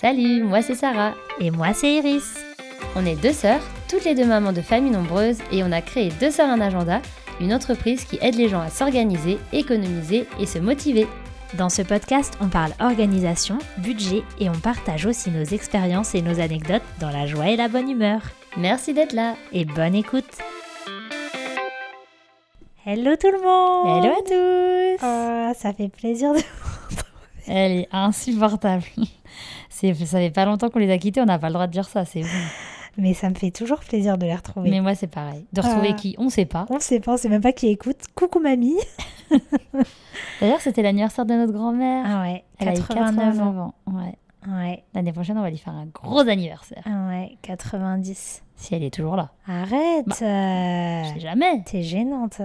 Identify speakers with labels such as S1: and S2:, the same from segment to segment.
S1: Salut, moi c'est Sarah.
S2: Et moi, c'est Iris.
S1: On est deux sœurs, toutes les deux mamans de familles nombreuses, et on a créé Deux Sœurs un Agenda, une entreprise qui aide les gens à s'organiser, économiser et se motiver.
S2: Dans ce podcast, on parle organisation, budget et on partage aussi nos expériences et nos anecdotes dans la joie et la bonne humeur.
S1: Merci d'être là.
S2: Et bonne écoute. Hello tout le monde.
S1: Hello à tous.
S2: Oh, ça fait plaisir de
S3: Elle est insupportable. C'est, ça fait pas longtemps qu'on les a quittés, on n'a pas le droit de dire ça, c'est bon.
S2: Mais ça me fait toujours plaisir de les retrouver.
S3: Mais moi, c'est pareil. De retrouver
S2: Ah.
S3: qui On sait pas.
S2: On ne sait pas, on sait même pas qui écoute. Coucou mamie.
S3: D'ailleurs, c'était l'anniversaire de notre grand-mère.
S2: Ah ouais,
S3: Elle a eu
S2: 89 ans.
S3: ans. Ouais.
S2: Ouais,
S3: L'année prochaine, on va lui faire un gros anniversaire.
S2: ah ouais, 90.
S3: Si elle est toujours là.
S2: Arrête. euh,
S3: Je sais jamais.
S2: T'es gênante.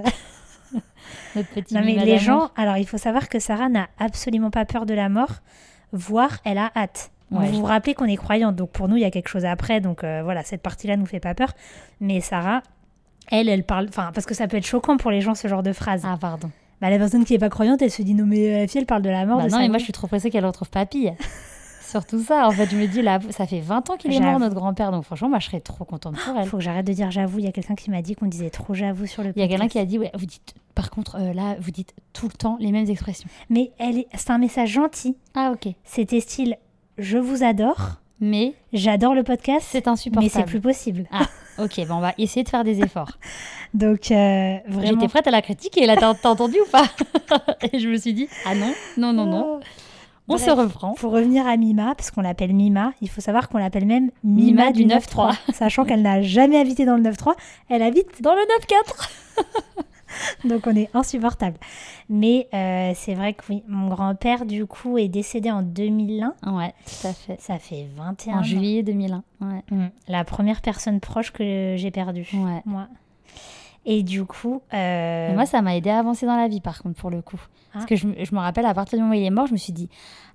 S3: Notre petit
S2: Non mais
S3: Mima
S2: les
S3: d'amour.
S2: gens, alors il faut savoir que Sarah n'a absolument pas peur de la mort, voire elle a hâte.
S3: Ouais.
S2: Vous vous rappelez qu'on est croyante, donc pour nous il y a quelque chose après, donc euh, voilà, cette partie-là nous fait pas peur. Mais Sarah, elle, elle parle, enfin parce que ça peut être choquant pour les gens ce genre de phrase.
S3: Ah, pardon.
S2: Bah, la personne qui est pas croyante, elle se dit non mais euh, la fille elle parle de la mort.
S3: Bah
S2: de
S3: non,
S2: sa
S3: mais moi,
S2: mort.
S3: je suis trop pressée qu'elle retrouve papy. Surtout ça. En fait, je me dis, là, ça fait 20 ans qu'il est mort,
S2: J'avoue.
S3: notre grand-père. Donc, franchement, moi, je serais trop contente pour elle.
S2: Faut que j'arrête de dire j'avoue. Il y a quelqu'un qui m'a dit qu'on disait trop j'avoue sur le.
S3: Il y a quelqu'un
S2: podcast.
S3: qui a dit, ouais, vous dites, par contre, euh, là, vous dites tout le temps les mêmes expressions.
S2: Mais elle, est... c'est un message gentil.
S3: Ah, ok.
S2: C'était style je vous adore,
S3: Mais
S2: j'adore le podcast,
S3: c'est
S2: mais
S3: insupportable.
S2: c'est plus possible.
S3: Ok, bah on va essayer de faire des efforts.
S2: Donc euh, vraiment.
S3: J'étais prête à la critiquer, là, t'as t'as entendu ou pas Et je me suis dit, ah non, non, non, non, on
S2: Bref.
S3: se reprend.
S2: Pour Oh. revenir à Mima, parce qu'on l'appelle Mima, il faut savoir qu'on l'appelle même
S3: Mima
S2: Mima, du
S3: du
S2: 9-3, sachant qu'elle n'a jamais habité dans le 9-3, elle habite,
S3: Dans le 9-4
S2: donc on est insupportable. Mais euh, c'est vrai que oui, mon grand-père, du coup, est décédé en 2001,
S3: Ouais, tout à fait.
S2: ça fait 21
S3: En
S2: ans.
S3: juillet 2001, ouais.
S2: Mm. La première personne proche que j'ai perdue,
S3: ouais.
S2: moi. Et du coup... euh,
S3: Mais Moi, ça m'a aidé à avancer dans la vie, par contre, pour le coup. Parce
S2: Ah.
S3: que je, me- je me rappelle, à partir du moment où il est mort, je me suis dit,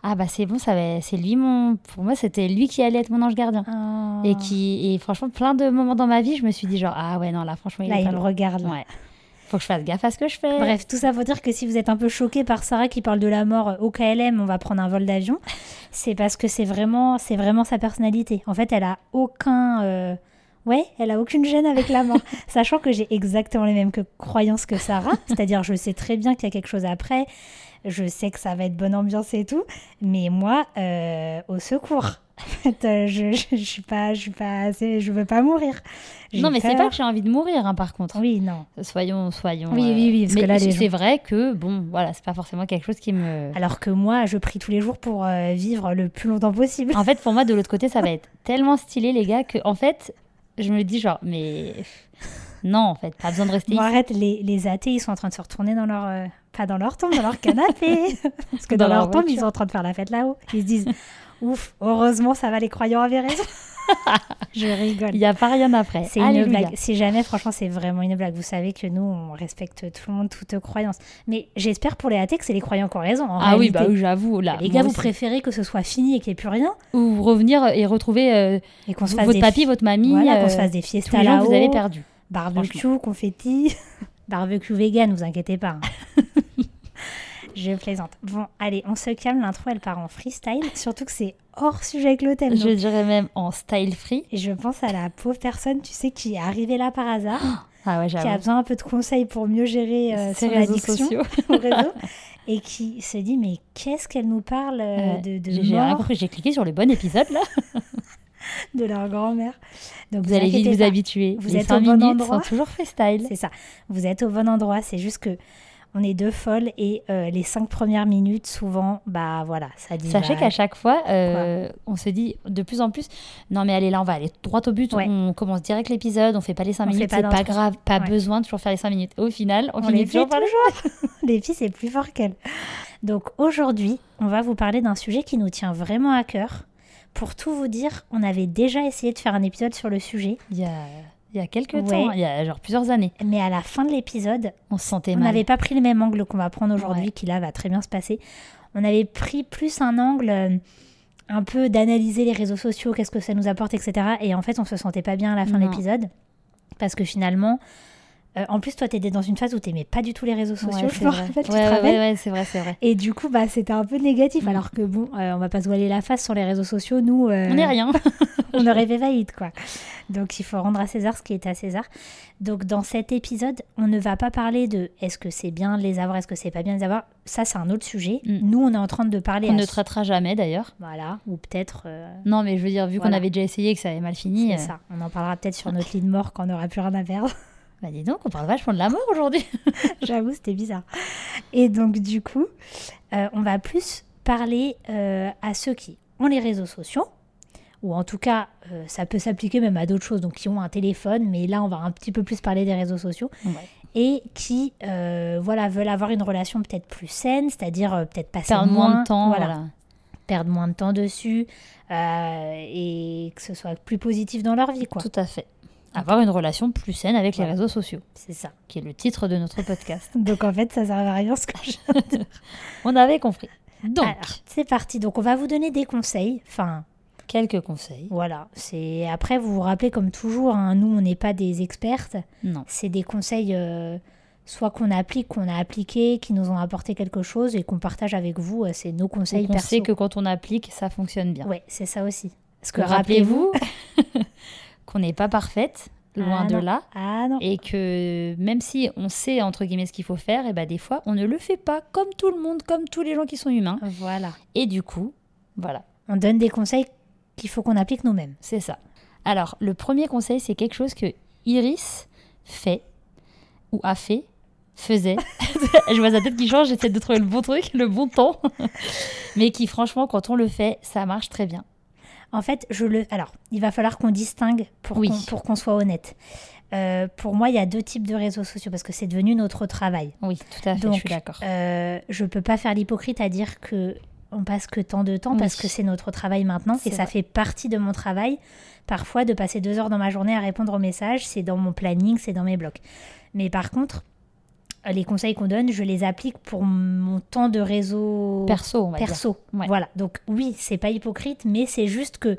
S3: ah bah c'est bon, ça va- c'est lui mon... Pour moi, c'était lui qui allait être mon ange gardien.
S2: oh.
S3: Et qui, et franchement, plein de moments dans ma vie, je me suis dit genre, ah ouais, non, là, franchement, il
S2: Là,
S3: est
S2: il
S3: pas
S2: me
S3: loin.
S2: regarde. là.
S3: Ouais. Faut que je fasse gaffe à ce que je fais.
S2: Bref, tout ça pour dire que si vous êtes un peu choqué par Sarah qui parle de la mort au KLM, on va prendre un vol d'avion, c'est parce que c'est vraiment, c'est vraiment sa personnalité. En fait, elle a aucun, euh, ouais, elle a aucune gêne avec la mort, sachant que j'ai exactement les mêmes que, croyances que Sarah, c'est-à-dire je sais très bien qu'il y a quelque chose après, je sais que ça va être bonne ambiance et tout, mais moi, euh, au secours. En fait, euh, je, je, je suis pas, je suis pas, assez- je veux pas mourir. J'ai
S3: Non, mais c'est pas
S2: peur.
S3: que j'ai envie de mourir, hein, par contre.
S2: Oui, non.
S3: Soyons, soyons. euh,
S2: Oui, oui, oui, parce que
S3: mais
S2: là, les
S3: c'est
S2: gens-
S3: vrai que, bon, voilà, c'est pas forcément quelque chose qui me.
S2: Alors que moi, je prie tous les jours pour euh, vivre le plus longtemps possible.
S3: En fait, pour moi, de l'autre côté, ça va être tellement stylé, les gars, que, en fait, je me dis, genre, mais. Non, en fait, pas besoin de rester
S2: Bon,
S3: ici.
S2: arrête, les, les athées, ils sont en train de se retourner dans leur... euh, pas dans leur tombe, dans leur canapé. Parce que dans,
S3: Dans
S2: leur,
S3: leur
S2: tombe,
S3: voiture.
S2: ils sont en train de faire la fête là-haut. Ils se disent, ouf, heureusement, ça va, les croyants avaient raison. je
S3: Il
S2: rigole.
S3: n'y a pas rien après.
S2: C'est une
S3: Alléluia.
S2: blague. Si jamais, franchement, c'est vraiment une blague. Vous savez que nous, on respecte tout le monde, toute croyance. Mais j'espère pour les athées que c'est les croyants qui ont raison. en
S3: Ah oui,
S2: réalité.
S3: bah oui, j'avoue. Là,
S2: Les
S3: moi
S2: gars, vous
S3: aussi.
S2: préférez que ce soit fini et qu'il n'y ait plus rien
S3: Ou revenir et retrouver euh,
S2: et qu'on se fasse
S3: votre
S2: des
S3: papy, votre mamie,
S2: voilà, qu'on se
S3: euh,
S2: fasse des
S3: tous
S2: fiestas
S3: les gens que vous avez
S2: là-haut.
S3: perdus.
S2: Barbecue, confetti, barbecue vegan, vous inquiétez pas. hein. Je plaisante. Bon, allez, on se calme, l'intro elle part en freestyle, surtout que c'est hors sujet avec le thème. donc.
S3: Je dirais même en style free.
S2: Et je pense à la pauvre personne, tu sais, qui est arrivée là par hasard,
S3: Ah ouais,
S2: qui a
S3: j'avoue.
S2: besoin un peu de conseils pour mieux gérer euh,
S3: Ces
S2: son
S3: réseaux
S2: addiction
S3: sociaux.
S2: au réseau, et qui se dit, mais qu'est-ce qu'elle nous parle euh,
S3: Ouais,
S2: de, de
S3: J'ai j'ai rien
S2: mort
S3: compris, j'ai cliqué sur le bon épisode là.
S2: de leur grand-mère Donc
S3: Vous allez vite
S2: inquiétez
S3: vous
S2: pas.
S3: habituer.
S2: Vous
S3: Les
S2: êtes
S3: cinq
S2: au bon
S3: minutes
S2: endroit.
S3: sont toujours freestyle.
S2: C'est ça. Vous êtes au bon endroit. C'est juste que On est deux folles et euh, les cinq premières minutes, souvent, bah voilà, ça dit.
S3: Sachez qu'à chaque fois, euh, on se dit de plus en plus, non mais allez là, on va aller droit au but,
S2: Ouais.
S3: on commence direct l'épisode, on fait pas les 5
S2: On fait
S3: minutes,
S2: pas
S3: c'est pas
S2: d'intro.
S3: grave, pas
S2: Ouais.
S3: besoin de toujours faire les 5 minutes. Au final, on,
S2: On
S3: finit
S2: les
S3: toujours
S2: fait
S3: par le
S2: les filles, c'est plus fort qu'elles. Donc aujourd'hui, on va vous parler d'un sujet qui nous tient vraiment à cœur. Pour tout vous dire, on avait déjà essayé de faire un épisode sur le sujet,
S3: Il y a, il y a quelques
S2: Ouais.
S3: temps, hein, il y a genre plusieurs années,
S2: mais à la fin de l'épisode,
S3: on se sentait
S2: on
S3: mal.
S2: n'avait pas pris le même angle qu'on va prendre aujourd'hui,
S3: Ouais.
S2: qui là va très bien se passer. On avait pris plus un angle euh, un peu d'analyser les réseaux sociaux, qu'est-ce que ça nous apporte, etc. Et en fait, on se sentait pas bien à la fin de
S3: Non.
S2: l'épisode, parce que finalement, euh, en plus, toi, t'étais dans une phase où t'aimais pas du tout les réseaux
S3: Ouais,
S2: sociaux.
S3: c'est
S2: je me
S3: vrai.
S2: rappelle, tu te
S3: Ouais, ouais,
S2: rappelles
S3: ouais, ouais, c'est vrai, c'est vrai.
S2: Et du coup, bah, c'était un peu négatif.
S3: Mm.
S2: Alors que bon, euh, on va pas se voiler la face sur les réseaux sociaux. Nous, euh,
S3: On n'est rien.
S2: on aurait fait faillite, quoi. Donc, il faut rendre à César ce qui est à César. Donc, dans cet épisode, on ne va pas parler de est-ce que c'est bien de les avoir, est-ce que c'est pas bien de les avoir. Ça, c'est un autre sujet.
S3: Mm.
S2: Nous, on est en train de parler.
S3: on
S2: à
S3: ne
S2: ce-
S3: traitera jamais d'ailleurs.
S2: Voilà, ou peut-être. euh,
S3: Non, mais je veux dire, vu qu'on
S2: Voilà.
S3: avait déjà essayé et que ça avait mal fini,
S2: c'est
S3: euh,
S2: ça. On en parlera peut-être sur notre lit de mort quand on n'aura plus rien à perdre.
S3: bah dis donc, on parle vachement de la mort aujourd'hui.
S2: J'avoue, c'était bizarre. Et donc, du coup, euh, on va plus parler euh, à ceux qui ont les réseaux sociaux, ou en tout cas, euh, ça peut s'appliquer même à d'autres choses, donc qui ont un téléphone, mais là, on va un petit peu plus parler des réseaux sociaux,
S3: Ouais.
S2: et qui euh, voilà, veulent avoir une relation peut-être plus saine, c'est-à-dire euh, peut-être passer
S3: Perdre moins de temps,
S2: voilà,
S3: voilà.
S2: perdre moins de temps dessus, euh, et que ce soit plus positif dans leur vie, quoi.
S3: Tout à fait. Avoir une relation plus saine avec les
S2: Voilà.
S3: réseaux sociaux,
S2: C'est ça.
S3: qui est le titre de notre podcast.
S2: Donc, en fait, ça sert à rien ce que je
S3: On avait compris. Donc,
S2: Alors, c'est parti. Donc, on va vous donner des conseils, enfin...
S3: quelques conseils.
S2: Voilà, c'est après vous vous rappelez comme toujours, hein, nous on n'est pas des expertes,
S3: Non.
S2: c'est des conseils euh, soit qu'on applique, qu'on a appliqué, qui nous ont apporté quelque chose et qu'on partage avec vous, euh, c'est nos conseils
S3: on
S2: perso.
S3: sait que quand on applique, ça fonctionne bien.
S2: Ouais, c'est ça aussi. Parce
S3: Que rappelez-vous qu'on n'est pas parfaite, loin
S2: Ah,
S3: de
S2: non.
S3: là,
S2: Ah non.
S3: et que même si on sait entre guillemets ce qu'il faut faire, et ben des fois on ne le fait pas, comme tout le monde, comme tous les gens qui sont humains.
S2: Voilà.
S3: Et du coup, voilà,
S2: On donne des conseils qu'il faut qu'on applique nous-mêmes.
S3: c'est ça. Alors le premier conseil, c'est quelque chose que Iris fait ou a fait, faisait. Je vois sa tête qui change, j'essaie de trouver le bon truc, le bon temps, mais qui franchement quand on le fait, ça marche très bien.
S2: En fait, je le. Alors, il va falloir qu'on distingue pour
S3: Oui.
S2: qu'on pour qu'on soit honnête. Euh, pour moi, il y a deux types de réseaux sociaux parce que c'est devenu notre travail.
S3: Oui, tout à fait, je
S2: Donc,
S3: suis d'accord.
S2: euh, je peux pas faire l'hypocrite à dire que on passe que tant de temps
S3: Oui.
S2: parce que c'est notre travail maintenant
S3: C'est
S2: et ça
S3: vrai.
S2: fait partie de mon travail. Parfois, de passer deux heures dans ma journée à répondre aux messages, c'est dans mon planning, c'est dans mes blocs. Mais par contre, euh, les conseils qu'on donne, je les applique pour mon temps de réseau
S3: Perso, on va dire.
S2: perso.
S3: Ouais.
S2: Voilà. Donc oui, c'est pas hypocrite, mais c'est juste que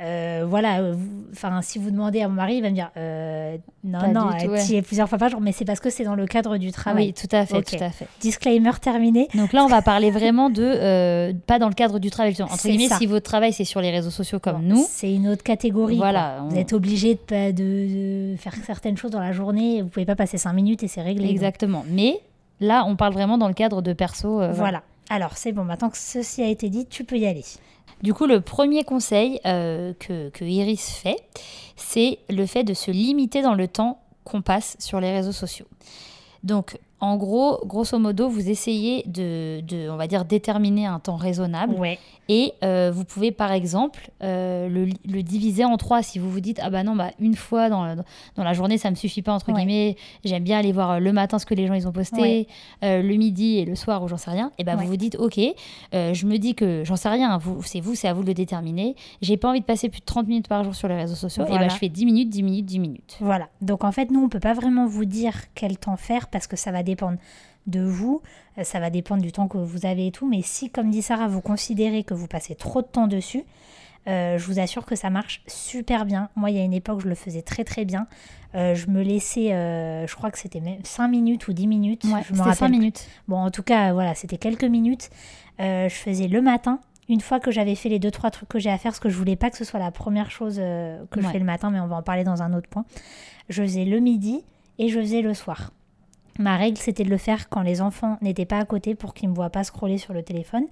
S2: euh, voilà, euh, vous- enfin si vous demandez à mon mari, il va me dire euh, non
S3: Pas
S2: non,
S3: du tout,
S2: tu
S3: ouais.
S2: y es plusieurs fois par jour, mais c'est parce que c'est dans le cadre du travail.
S3: Oui, tout à fait,
S2: ah Ok.
S3: tout à fait.
S2: Disclaimer terminé.
S3: Donc là, on va parler vraiment de euh, pas dans le cadre du travail. Entre
S2: C'est
S3: guillemets,
S2: ça.
S3: si votre travail c'est sur les réseaux sociaux comme
S2: Bon,
S3: nous,
S2: C'est une autre catégorie.
S3: Voilà,
S2: quoi.
S3: on-
S2: Vous êtes obligé de, pas- de- de faire certaines choses dans la journée. Vous pouvez pas passer cinq minutes et c'est réglé.
S3: exactement. Mais là, on parle vraiment dans le cadre de perso. euh,
S2: Donc, voilà. Alors c'est bon. Maintenant que ceci a été dit, tu peux y aller.
S3: Du coup, le premier conseil euh, que, que Iris fait, c'est le fait de se limiter dans le temps qu'on passe sur les réseaux sociaux. Donc, en gros, grosso modo, vous essayez de, de on va dire, déterminer un temps raisonnable.
S2: Ouais.
S3: Et euh, vous pouvez par exemple euh, le, le diviser en trois. Si vous vous dites ah bah non bah une fois dans, la- dans la journée ça me suffit pas entre
S2: Ouais.
S3: guillemets. J'aime bien aller voir euh, le matin ce que les gens ils ont posté,
S2: Ouais.
S3: euh, le midi et le soir ou j'en sais rien. Et ben
S2: Ouais.
S3: vous vous dites ok euh, je me dis que j'en sais rien. hein, vous- c'est vous c'est à vous de le déterminer. J'ai pas envie de passer plus de 30 minutes par jour sur les réseaux sociaux. Et
S2: Voilà.
S3: ben je fais 10 minutes 10 minutes 10 minutes.
S2: Voilà. Donc en fait, nous, on peut pas vraiment vous dire quel temps faire parce que ça va dépendre de vous, euh, ça va dépendre du temps que vous avez et tout. Mais si, comme dit Sarah, vous considérez que vous passez trop de temps dessus, euh, je vous assure que ça marche super bien. Moi, il y a une époque, je le faisais très très bien. Euh, je me laissais, euh, je crois que c'était même 5 minutes ou 10 minutes. je me
S3: c'était 5
S2: rappelle
S3: minutes.
S2: Bon, en tout cas, euh, voilà, c'était quelques minutes. Euh, je faisais le matin. Une fois que j'avais fait les deux trois trucs que j'ai à faire, parce que je voulais pas que ce soit la première chose euh, que je
S3: Ouais.
S2: fais le matin, mais on va en parler dans un autre point. Je faisais le midi et je faisais le soir. Ma règle, c'était de le faire quand les enfants n'étaient pas à côté pour qu'ils ne me voient pas scroller sur le téléphone.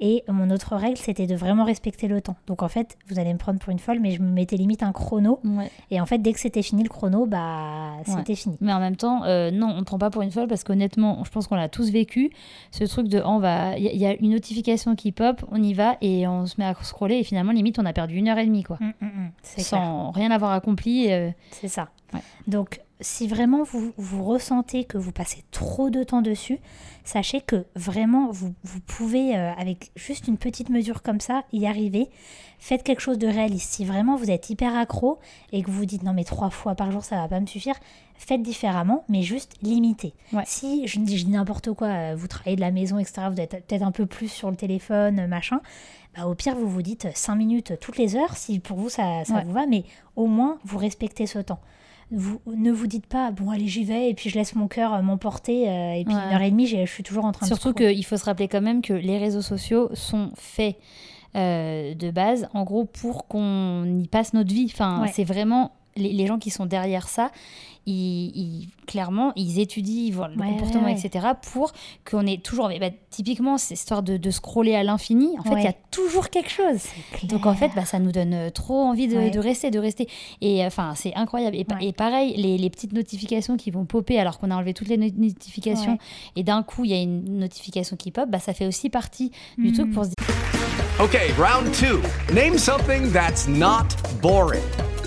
S2: Et mon autre règle, c'était de vraiment respecter le temps. Donc en fait, vous allez me prendre pour une folle, mais je me mettais limite un chrono.
S3: Ouais.
S2: Et en fait, dès que c'était fini le chrono, bah c'était fini.
S3: Mais en même temps, euh, non, on ne prend pas pour une folle parce qu'honnêtement, je pense qu'on l'a tous vécu. Ce truc de, oh, on va, il y, y a une notification qui pop, on y va et on se met à scroller et finalement, limite, on a perdu une heure et demie, quoi.
S2: Mm, mm, mm. C'est clair.
S3: Sans rien avoir accompli. euh,
S2: C'est ça.
S3: Ouais.
S2: Donc, si vraiment vous, vous ressentez que vous passez trop de temps dessus, sachez que vraiment, vous, vous pouvez, euh, avec juste une petite mesure comme ça, y arriver. Faites quelque chose de réaliste. Si vraiment vous êtes hyper accro et que vous vous dites non mais trois fois par jour, ça va pas me suffire, faites différemment, mais juste limitez.
S3: Ouais.
S2: Si, je dis, je dis n'importe quoi, euh, vous travaillez de la maison, etc., vous êtes peut-être un peu plus sur le téléphone, euh, machin, bah, au pire, vous vous dites 5 minutes euh, toutes les heures, si pour vous ça, ça
S3: Ouais.
S2: vous va, mais au moins, vous respectez ce temps. Vous, ne vous dites pas, bon, allez, j'y vais, et puis je laisse mon cœur euh, m'emporter, euh, et puis
S3: Ouais.
S2: une heure et demie, j'ai- je suis toujours en train de
S3: Surtout
S2: scroller.
S3: qu'il faut se rappeler quand même que les réseaux sociaux sont faits euh, de base, en gros, pour qu'on y passe notre vie. Enfin,
S2: Ouais.
S3: c'est vraiment les, les gens qui sont derrière ça. Ils, ils- clairement, ils étudient ils voient le
S2: Ouais,
S3: comportement,
S2: ouais, ouais.
S3: etc. pour qu'on ait toujours. Mais bah, typiquement, cette histoire de, de scroller à l'infini, en fait, il y a
S2: Ouais.
S3: toujours quelque chose.
S2: Claire.
S3: Donc en fait, bah, ça nous donne euh, trop envie de,
S2: Ouais.
S3: de rester, de rester. Et euh, enfin, c'est incroyable. Et, pa-
S2: Ouais.
S3: et pareil, les, les petites notifications qui vont popper alors qu'on a enlevé toutes les no- notifications
S2: Ouais.
S3: et d'un coup, il y a une notification qui pop, bah, ça fait aussi partie du
S2: Mhm.
S3: truc pour se dire
S4: Okay, round two. Name something that's not boring.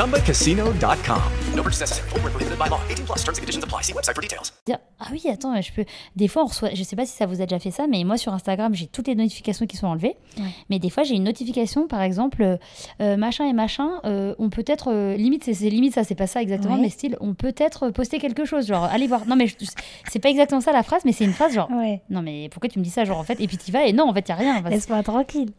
S4: ChumbaCasino.com. No purchase necessary. Void where prohibited by law. 18 plus terms and conditions apply. See website for details.
S3: ah oui, attends, je peux. Des fois, on reçoit. Je sais pas si ça vous a déjà fait ça, mais moi sur Instagram, j'ai toutes les notifications qui sont enlevées. Mais des fois, j'ai une notification, par exemple, euh, euh, machin et machin. euh, on peut être euh, limite, c'est- c'est limite ça, c'est pas ça exactement,
S2: Ouais.
S3: mais style, on peut être euh, poster quelque chose, genre allez voir. Non mais je- c'est pas exactement ça la phrase, mais c'est une phrase genre.
S2: Ouais.
S3: Non mais pourquoi tu me dis ça genre en fait et puis tu vas et non en fait y a rien en fait.
S2: Laisse-moi tranquille.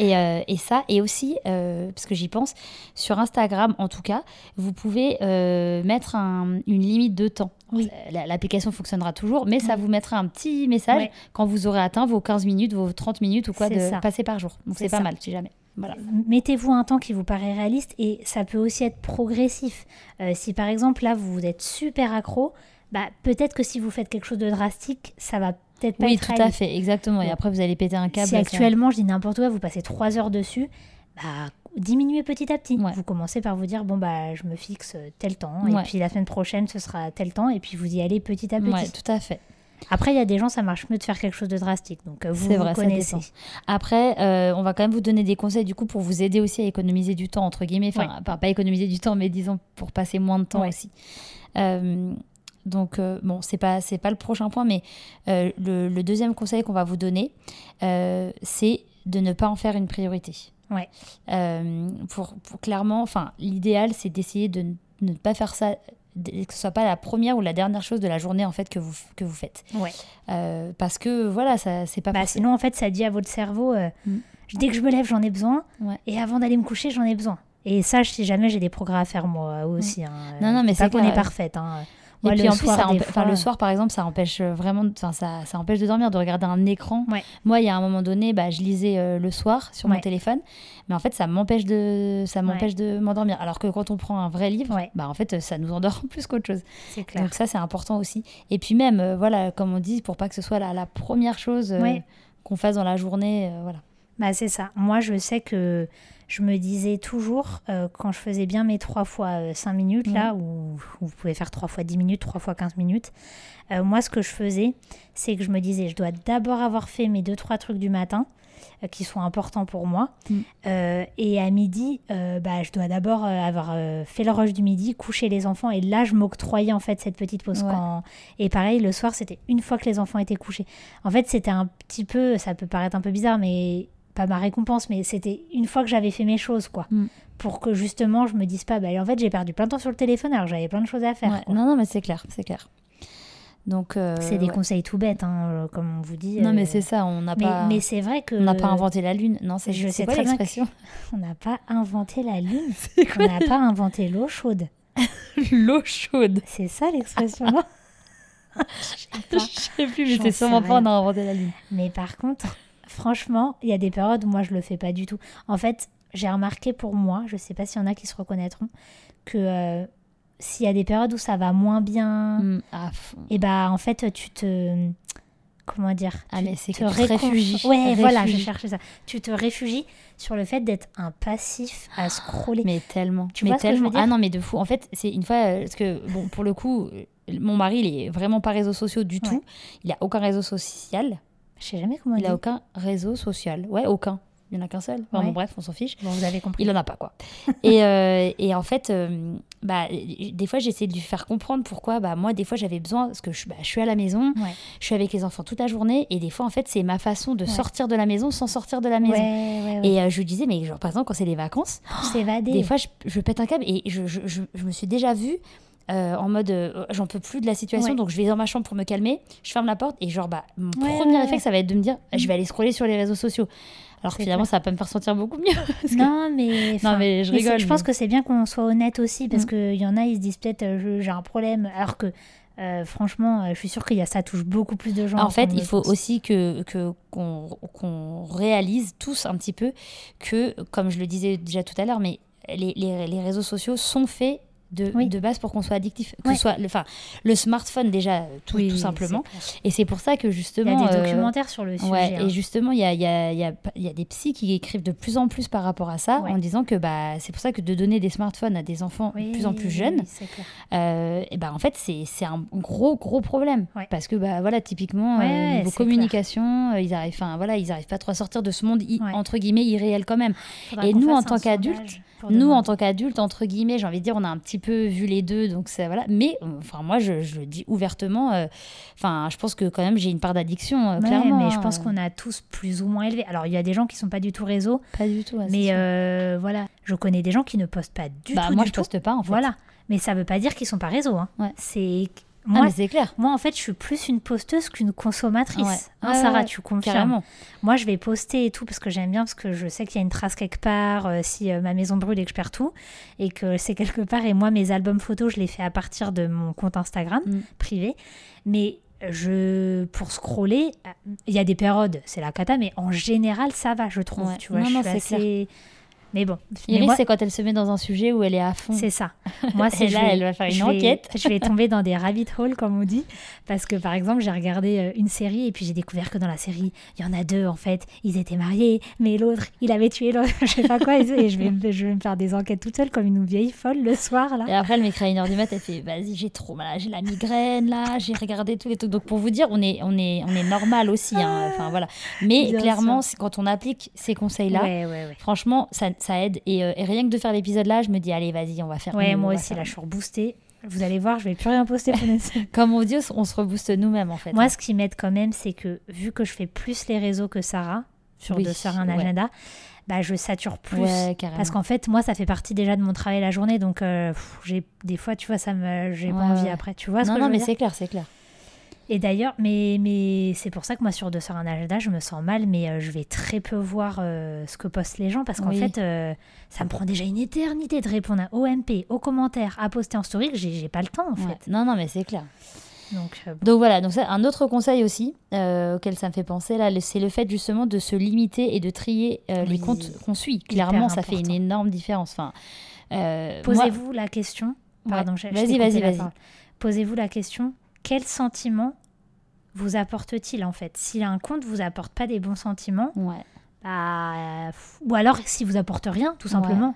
S3: et, euh, et ça et aussi euh, parce que j'y pense sur Instagram en tout cas vous pouvez euh, mettre un- une limite de temps Euh,
S2: Oui.
S3: La- l'application fonctionnera toujours mais ça vous mettra un petit message
S2: Ouais.
S3: quand vous aurez atteint vos 15 minutes vos 30 minutes ou quoi
S2: C'est
S3: de
S2: ça.
S3: passer par jour donc
S2: C'est
S3: c'est pas
S2: ça.
S3: mal si jamais voilà
S2: mettez-vous un temps qui vous paraît réaliste et ça peut aussi être progressif. Euh, si par exemple là vous êtes super accro, bah peut-être que si vous faites quelque chose de drastique, ça va peut-être pas
S3: oui
S2: être
S3: tout à
S2: réaliste.
S3: fait exactement et
S2: Donc,
S3: après vous allez péter un câble bah,
S2: Si
S3: avec ça.
S2: actuellement je dis n'importe quoi, vous passez trois heures dessus, bah diminuez petit à petit.
S3: Ouais.
S2: Vous commencez par vous dire bon bah je me fixe tel temps et
S3: Ouais.
S2: puis la semaine prochaine ce sera tel temps et puis vous y allez petit à petit.
S3: ouais tout à fait
S2: Après il y a des gens ça marche mieux de faire quelque chose de drastique donc euh, vous
S3: C'est
S2: vous
S3: vrai, ça
S2: connaissez.
S3: dépend. Après, euh, on va quand même vous donner des conseils du coup pour vous aider aussi à économiser du temps, entre guillemets. Enfin, pas, pas économiser du temps, mais disons pour passer moins de temps
S2: Ouais.
S3: aussi. Euh, donc, euh, bon, c'est pas, c'est pas le prochain point, mais euh, le, le deuxième conseil qu'on va vous donner, euh, c'est de ne pas en faire une priorité.
S2: Ouais.
S3: Euh, pour, pour clairement, enfin, l'idéal, c'est d'essayer de n- ne pas faire ça, d- que ce soit pas la première ou la dernière chose de la journée en fait que vous, f- que vous faites.
S2: Ouais.
S3: Euh, parce que voilà, ça, c'est pas
S2: Bah,
S3: forcément-
S2: sinon, en fait, ça dit à votre cerveau euh,
S3: Mm.
S2: dès que je me lève, j'en ai besoin.
S3: Ouais.
S2: Et avant d'aller me coucher, j'en ai besoin. Et ça, je sais jamais, j'ai des progrès à faire moi aussi. hein.
S3: Mm. Non, non,
S2: Je
S3: mais
S2: dis pas
S3: c'est
S2: qu'on
S3: clair,
S2: est
S3: ouais.
S2: parfaite. hein.
S3: Et
S2: Moi,
S3: puis
S2: le
S3: en plus,
S2: soir,
S3: ça
S2: des
S3: empê- enfin, le
S2: fois,
S3: soir, par exemple, ça empêche euh, vraiment, enfin, ça, ça empêche de dormir, de regarder un écran.
S2: Ouais.
S3: Moi, il y a un moment donné, bah, je lisais euh, le soir sur mon
S2: Ouais.
S3: téléphone, mais en fait, ça m'empêche de, ça
S2: Ouais.
S3: m'empêche de m'endormir. Alors que quand on prend un vrai livre,
S2: Ouais.
S3: bah, en fait, euh, ça nous endort plus qu'autre chose.
S2: C'est clair.
S3: Donc ça, c'est important aussi. Et puis même, euh, voilà, comme on dit, pour pas que ce soit la, la première chose euh,
S2: Ouais.
S3: qu'on fasse dans la journée, euh, voilà.
S2: Bah, c'est ça. Moi, je sais que je me disais toujours, euh, quand je faisais bien mes 3 fois 5 minutes,
S3: Mm.
S2: là, où, où vous pouvez faire 3 fois 10 minutes, 3 fois 15 minutes, euh, moi, ce que je faisais, c'est que je me disais, je dois d'abord avoir fait mes 2-3 trucs du matin, euh, qui sont importants pour moi.
S3: Mm.
S2: Euh, et à midi, euh, bah, je dois d'abord euh, avoir euh, fait le rush du midi, coucher les enfants. Et là, je m'octroyais, en fait, cette petite pause.
S3: Ouais.
S2: Quand... Et pareil, le soir, c'était une fois que les enfants étaient couchés. En fait, c'était un petit peu, ça peut paraître un peu bizarre, mais pas ma récompense, mais c'était une fois que j'avais fait mes choses, quoi.
S3: Mm.
S2: Pour que justement, je me dise pas, bah, en fait, j'ai perdu plein de temps sur le téléphone alors que j'avais plein de choses à faire.
S3: Ouais.
S2: quoi.
S3: Non, non, mais c'est clair, c'est clair. Donc, euh,
S2: C'est des
S3: ouais.
S2: conseils tout bêtes, hein, euh, comme on vous dit.
S3: Non, mais
S2: euh,
S3: c'est ça, on n'a
S2: mais-
S3: pas,
S2: mais c'est vrai que.
S3: on n'a pas inventé la lune. Non, c'est
S2: Je
S3: c'est
S2: sais
S3: quoi
S2: très bien que-
S3: l'expression
S2: On n'a pas inventé la lune. on n'a pas inventé l'eau chaude.
S3: L'eau chaude.
S2: C'est ça l'expression, non
S3: Je sais plus, mais
S2: J'en
S3: c'est
S2: sais
S3: sûrement pas on a
S2: rien.
S3: inventé la lune.
S2: Mais par contre, franchement, il y a des périodes où moi je le fais pas du tout. En fait, j'ai remarqué pour moi, je sais pas s'il y en a qui se reconnaîtront, que euh, s'il y a des périodes où ça va moins bien,
S3: Mm, à fond.
S2: et bah en fait tu te comment dire
S3: Ah,
S2: tu
S3: mais c'est
S2: te
S3: que tu te
S2: récon-
S3: réfugies.
S2: ouais voilà je
S3: Réfugie.
S2: cherchais ça tu te réfugies sur le fait d'être un passif à scroller
S3: Mais tellement.
S2: Tu
S3: mais
S2: vois ce que je
S3: tellement.
S2: veux dire
S3: ah non, mais de fou. En fait, c'est une fois. euh, Parce que, bon, pour le coup, euh, mon mari, il est vraiment pas réseaux sociaux du tout. Il a aucun réseau social.
S2: je sais jamais comment
S3: Il
S2: dire.
S3: a aucun réseau social. Ouais, aucun. Il n'y en a qu'un seul. Enfin,
S2: Ouais.
S3: bon, bref, on s'en fiche.
S2: bon vous avez compris
S3: Il en a pas, quoi. et, euh, et en fait, euh, bah, des fois, j'essaie de lui faire comprendre pourquoi. Bah, moi, des fois, j'avais besoin, parce que je, bah, je suis à la maison,
S2: Ouais.
S3: je suis avec les enfants toute la journée, et des fois, en fait, c'est ma façon de sortir de la maison sans sortir de la
S2: ouais
S3: maison.
S2: ouais, Oh, ouais.
S3: Et euh, je lui disais, mais genre, par exemple, quand c'est les vacances,
S2: Tu t'évades.
S3: des fois, je, je pète un câble et je, je- je- je me suis déjà vue euh, en mode euh, j'en peux plus de la situation,
S2: Ouais.
S3: donc je vais dans ma chambre pour me calmer, je ferme la porte et genre, bah, mon
S2: Ouais,
S3: premier
S2: ouais, ouais.
S3: réflexe, ça va être de me dire je vais aller scroller sur les réseaux sociaux. Alors que
S2: C'est
S3: finalement, ça va pas me faire sentir beaucoup mieux. parce que-
S2: non mais enfin,
S3: mais je
S2: c'est-
S3: rigole,
S2: je pense
S3: mais- Mm.
S2: que c'est bien qu'on soit honnête aussi parce que qu'il y en a ils se disent peut-être euh, je- j'ai un problème alors que euh, franchement euh, je suis sûre qu'il y a ça touche beaucoup plus de gens
S3: En fait,
S2: qu'on ne
S3: il faut
S2: pense.
S3: aussi que que- qu'on qu'on réalise tous un petit peu que, comme je le disais déjà tout à l'heure, mais les, les- les réseaux sociaux sont faits de,
S2: Oui.
S3: de base pour qu'on soit addictif, que
S2: Ouais.
S3: ce soit le, enfin, le smartphone déjà euh, tout,
S2: Oui,
S3: tout
S2: c'est
S3: simplement.
S2: clair.
S3: Et c'est pour ça que
S2: il y a
S3: justement,
S2: des
S3: euh,
S2: documentaires sur le sujet
S3: Ouais,
S2: hein.
S3: et justement, il y a, il y a- il y a- il y a des psys qui écrivent de plus en plus par rapport à ça,
S2: Ouais.
S3: en disant que bah, c'est pour ça que de donner des smartphones à des enfants de plus en plus
S2: Oui,
S3: jeunes,
S2: c'est clair.
S3: euh, et ben en fait, c'est c'est un gros, gros problème.
S2: Ouais.
S3: Parce que, bah, voilà, typiquement,
S2: Ouais,
S3: euh,
S2: ouais,
S3: niveau
S2: c'est
S3: communication, euh, ils arrivent, enfin, voilà, ils arrivent pas trop à sortir de ce monde, i-
S2: Ouais.
S3: entre guillemets, irréel quand même.
S2: Faudra
S3: Et
S2: qu'on
S3: nous, en
S2: fasse
S3: tant
S2: un
S3: qu'adultes,
S2: sondage pour
S3: Nous, en
S2: demain.
S3: tant qu'adultes, entre guillemets, j'ai envie de dire, on a un petit peu vu les deux, donc ça, voilà. Mais, euh, enfin, moi, je, je le dis ouvertement, euh, enfin, je pense que quand même, j'ai une part d'addiction, euh,
S2: Ouais,
S3: clairement.
S2: mais je
S3: hein,
S2: pense
S3: euh,
S2: qu'on a tous plus ou moins élevé. Alors, il y a des gens qui sont pas du tout réseau,
S3: Pas du tout. ouais, c'est
S2: mais
S3: sûr.
S2: euh, voilà. Je connais des gens qui ne postent pas du
S3: bah,
S2: tout.
S3: moi,
S2: du
S3: je
S2: tout.
S3: poste pas, en fait.
S2: Voilà. Mais ça veut pas dire qu'ils sont pas réseau. hein.
S3: Ouais.
S2: C'est
S3: Ah,
S2: moi,
S3: mais c'est clair.
S2: moi, en fait, je suis plus une posteuse qu'une consommatrice.
S3: Ouais.
S2: Hein,
S3: Ouais,
S2: Sarah,
S3: ouais,
S2: tu confirmes.
S3: Carrément.
S2: Moi, je vais poster et tout parce que j'aime bien, parce que je sais qu'il y a une trace quelque part, euh, si euh, ma maison brûle et que je perds tout, et que c'est quelque part. Et moi, mes albums photos, je les fais à partir de mon compte Instagram
S3: Mm.
S2: privé. Mais je, pour scroller, euh, il y a des périodes, c'est la cata, mais en général, ça va, je trouve.
S3: Ouais.
S2: Tu vois,
S3: Non,
S2: je
S3: non,
S2: suis
S3: c'est
S2: assez. Mais bon, mais
S3: Iris,
S2: moi,
S3: c'est quand elle se met dans un sujet où elle est à fond.
S2: c'est ça. Moi, c'est
S3: Et
S2: je
S3: là,
S2: vais-
S3: elle va faire une
S2: je vais-
S3: enquête.
S2: je vais tomber dans des rabbit holes, comme on dit. Parce que, par exemple, j'ai regardé euh, une série et puis j'ai découvert que dans la série, il y en a deux, en fait. Ils étaient mariés, mais l'autre, il avait tué l'autre. je sais pas quoi. Et, et je, vais me, je vais me faire des enquêtes toute seule, comme une vieille folle, le soir, là.
S3: Et après, elle m'écrit à 1h du mat, elle fait Vas-y, j'ai trop mal, j'ai la migraine, là, j'ai regardé tous les trucs. Donc, pour vous dire, on est, on est, on est normal aussi. hein. Enfin, voilà. Mais
S2: Ah, Bien
S3: clairement, c'est- quand on applique ces conseils-là,
S2: ouais, ouais, ouais.
S3: franchement, ça, ça aide. Et, euh, et rien que de faire l'épisode là, je me dis Allez, vas-y, on va faire.
S2: Ouais,
S3: mieux, on
S2: moi
S3: va
S2: aussi,
S3: faire
S2: là, je suis reboostée. Vous allez voir, je vais plus rien poster pour l'instant.
S3: mieux. Comme on dit, on se rebooste nous-mêmes, en fait. hein.
S2: Moi, ce qui m'aide quand même, c'est que vu que je fais plus les réseaux que Sarah, sur
S3: Oui,
S2: Deux Sœurs, un
S3: ouais.
S2: agenda, bah, je sature plus.
S3: Ouais, carrément.
S2: Parce qu'en fait, moi, ça fait partie déjà de mon travail la journée. Donc, euh, pff, j'ai des fois, tu vois, ça me, j'ai
S3: Ouais,
S2: pas envie
S3: ouais.
S2: après. Tu vois ce
S3: non,
S2: que
S3: non,
S2: je veux
S3: mais
S2: dire
S3: c'est clair, c'est clair.
S2: Et d'ailleurs, mais, mais c'est pour ça que moi, sur Deux Sœurs, un agenda, je me sens mal, mais euh, je vais très peu voir euh, ce que postent les gens parce qu'en
S3: Oui.
S2: fait, euh, ça me prend déjà une éternité de répondre à OMP, aux commentaires, à poster en story que j'ai j'ai pas le temps en
S3: Ouais. Non, non, mais c'est clair.
S2: fait. Donc, euh, bon.
S3: Donc voilà, donc ça, un autre conseil aussi euh, auquel ça me fait penser là, le- c'est le fait justement de se limiter et de trier euh, les
S2: Oui.
S3: comptes qu'on suit. Clairement, ça fait une
S2: important.
S3: énorme différence. Enfin, euh, moi-
S2: posez-vous la question. Pardon,
S3: Ouais.
S2: j'ai- je
S3: Vas-y,
S2: t'ai
S3: vas-y,
S2: coupé la
S3: vas-y.
S2: parole. Posez-vous la question quel sentiment vous apporte-t-il en fait Si un compte vous apporte pas des bons sentiments,
S3: Ouais.
S2: Bah, f- ou alors si vous apporte rien, tout simplement.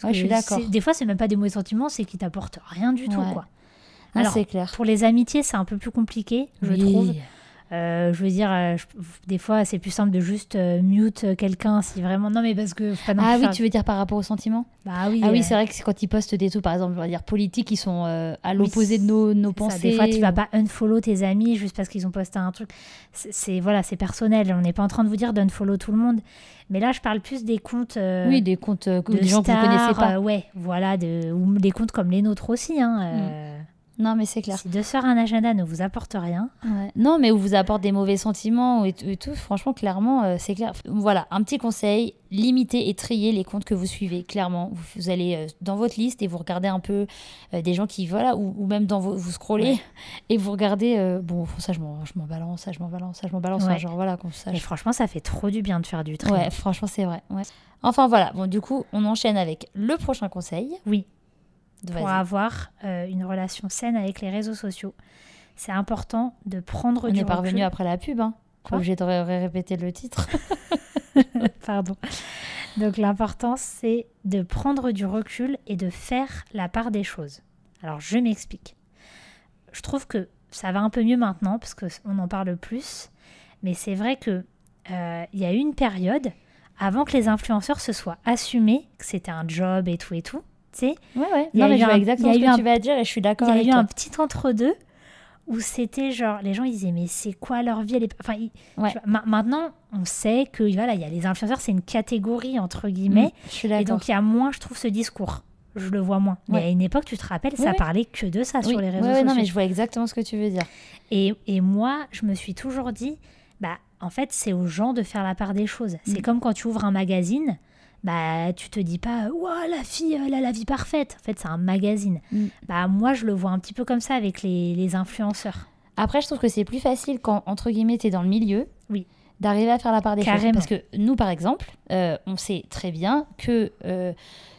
S2: Parce
S3: Ouais, je suis
S2: que
S3: d'accord.
S2: c'est- Des fois, c'est même pas des mauvais sentiments, c'est qu'ils t'apportent rien du tout,
S3: Ouais.
S2: quoi.
S3: Non,
S2: Alors,
S3: c'est clair.
S2: Pour les amitiés, c'est un peu plus compliqué, je
S3: Oui.
S2: trouve. Euh, je veux dire, euh, je- des fois, c'est plus simple de juste euh, mute quelqu'un si vraiment. Non, mais parce que. faut pas non
S3: Ah
S2: plus
S3: oui,
S2: faire-
S3: tu veux dire par rapport aux sentiments
S2: Bah oui.
S3: Ah
S2: euh,
S3: oui, c'est vrai que c'est quand ils postent des trucs, par exemple, je veux dire politiques, ils sont euh, à l'opposé de nos, nos
S2: c'est ça.
S3: pensées.
S2: Des fois, tu vas pas unfollow tes amis juste parce qu'ils ont posté un truc. C'est- C'est voilà, c'est personnel. On n'est pas en train de vous dire d'unfollow tout le monde. Mais là, je parle plus des comptes. euh,
S3: Oui, des comptes, euh,
S2: de
S3: des gens que vous connaissez
S2: stars,
S3: pas.
S2: euh, ouais, voilà, de, ou des comptes comme les nôtres aussi. Hein, euh,
S3: Non, mais c'est Mm, clair.
S2: Si de faire un agenda ne vous apporte rien,
S3: Ouais. Non, mais où vous apporte des mauvais sentiments ou et, tout- et tout, franchement, clairement, euh, c'est clair. Voilà, un petit conseil, limitez et triez les comptes que vous suivez, clairement. Vous, vous allez euh, dans votre liste et vous regardez un peu euh, des gens qui, voilà, ou, ou même dans vos, vous scrollez et vous regardez, euh, bon, ça je m'en je m'en balance, ça je m'en balance, ça je m'en balance,
S2: Ouais.
S3: hein, genre voilà, qu'on
S2: et
S3: sache.
S2: franchement, ça fait trop du bien de faire du tri.
S3: Ouais, franchement, c'est vrai. ouais. Enfin voilà, bon, du coup, on enchaîne avec le prochain conseil.
S2: Oui.
S3: Vas-y.
S2: pour avoir euh, une relation saine avec les réseaux sociaux. C'est important de prendre
S3: on
S2: du
S3: est parvenu
S2: recul.
S3: après la pub, hein.
S2: Quoi
S3: Pas obligé de ré- ré- répéter le titre.
S2: Pardon. Donc l'important, c'est de prendre du recul et de faire la part des choses. Alors je m'explique. Je trouve que ça va un peu mieux maintenant parce qu'on en parle plus. Mais c'est vrai que euh, il y a eu une période avant que les influenceurs se soient assumés que c'était un job et tout et tout. Tu sais,
S3: Ouais, ouais.
S2: Il y a
S3: Non, mais
S2: eu
S3: je vois
S2: un-
S3: exactement
S2: il y a
S3: ce
S2: eu
S3: que
S2: un-
S3: tu vas dire et je suis d'accord
S2: Il y a
S3: avec
S2: eu
S3: toi.
S2: un petit entre-deux où c'était genre, les gens ils disaient, mais c'est quoi leur vie elle est- Enfin, ils-
S3: Ouais.
S2: tu vois, ma- maintenant, on sait que voilà, il y a les influenceurs, c'est une catégorie entre guillemets.
S3: Mm, je suis
S2: et
S3: d'accord.
S2: donc, il y a moins, je trouve, ce discours. Je le vois moins. Mais
S3: Ouais.
S2: à une époque, tu te rappelles,
S3: Oui,
S2: ça
S3: oui.
S2: parlait que de ça
S3: Oui,
S2: sur les réseaux
S3: ouais, ouais,
S2: sociaux.
S3: non, mais je vois exactement ce que tu veux dire.
S2: Et, et moi, je me suis toujours dit, bah, en fait, c'est aux gens de faire la part des choses. C'est
S3: Mm.
S2: comme quand tu ouvres un magazine, bah, tu te dis pas, ouah, la fille, elle a la vie parfaite. En fait, c'est un magazine.
S3: Mm.
S2: Bah, moi, je le vois un petit peu comme ça avec les, les influenceurs.
S3: Après, je trouve que c'est plus facile quand, entre guillemets, t'es dans le milieu.
S2: Oui.
S3: D'arriver à faire la part des
S2: Carrément.
S3: choses. Parce que nous, par exemple, euh, on sait très bien que euh,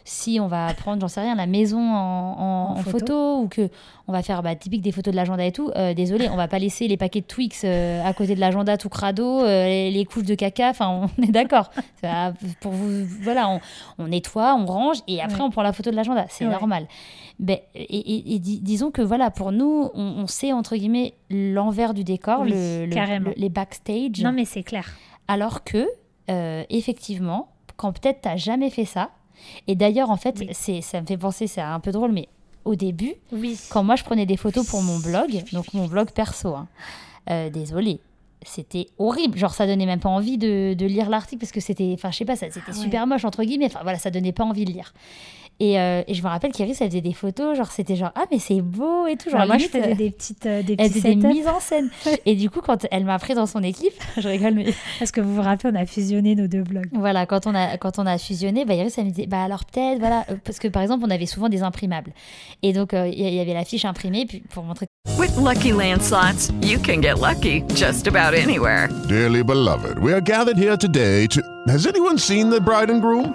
S3: si on va prendre, j'en sais rien, la maison en, en-
S2: En
S3: en photo.
S2: photo.
S3: ou que on va faire bah, typique des photos de l'agenda et tout, euh, désolé, on va pas laisser les paquets de Twix euh, à côté de l'agenda tout crado, euh, les, les couches de caca, enfin, on est d'accord. Ça, Pour vous, voilà, on, on nettoie, on range et après
S2: Ouais.
S3: on prend la photo de l'agenda. C'est
S2: Ouais.
S3: normal. Ben, et et- et dis- disons que voilà, pour nous, on, on sait entre guillemets l'envers du décor,
S2: Oui,
S3: le- le-
S2: carrément.
S3: le- les backstage.
S2: Non, mais c'est clair.
S3: Alors que, euh, effectivement, quand peut-être t'as jamais fait ça, et d'ailleurs, en fait,
S2: Oui.
S3: c'est ça me fait penser, c'est un peu drôle, mais au début,
S2: Oui.
S3: quand moi je prenais des photos pour mon blog, donc mon blog perso, hein, euh, désolé. C'était horrible, genre ça donnait même pas envie de, de lire l'article parce que c'était, enfin je sais pas, ça c'était super moche entre guillemets, enfin voilà, ça donnait pas envie de lire. Et, euh, et je me rappelle qu'Iris elle faisait des photos, genre c'était genre ah mais c'est beau et tout, genre
S2: Bah, moi, je
S3: limite,
S2: faisais
S3: euh,
S2: des petites, euh, des
S3: elle
S2: petits
S3: faisait des
S2: setups.
S3: mises en scène. et du coup quand elle m'a pris dans son équipe, je rigole mais
S2: Parce que vous vous rappelez, on a fusionné nos deux blogs.
S3: voilà, quand on a, quand on a fusionné, bah, Iris, elle me disait, bah alors peut-être, voilà, euh, parce que par exemple, on avait souvent des imprimables. Et donc, euh, il y, il y avait la fiche imprimée puis, pour montrer
S5: With Lucky Land slots, you can get lucky just about anywhere.
S6: Dearly beloved, we are gathered here today to. Has anyone seen the bride and groom?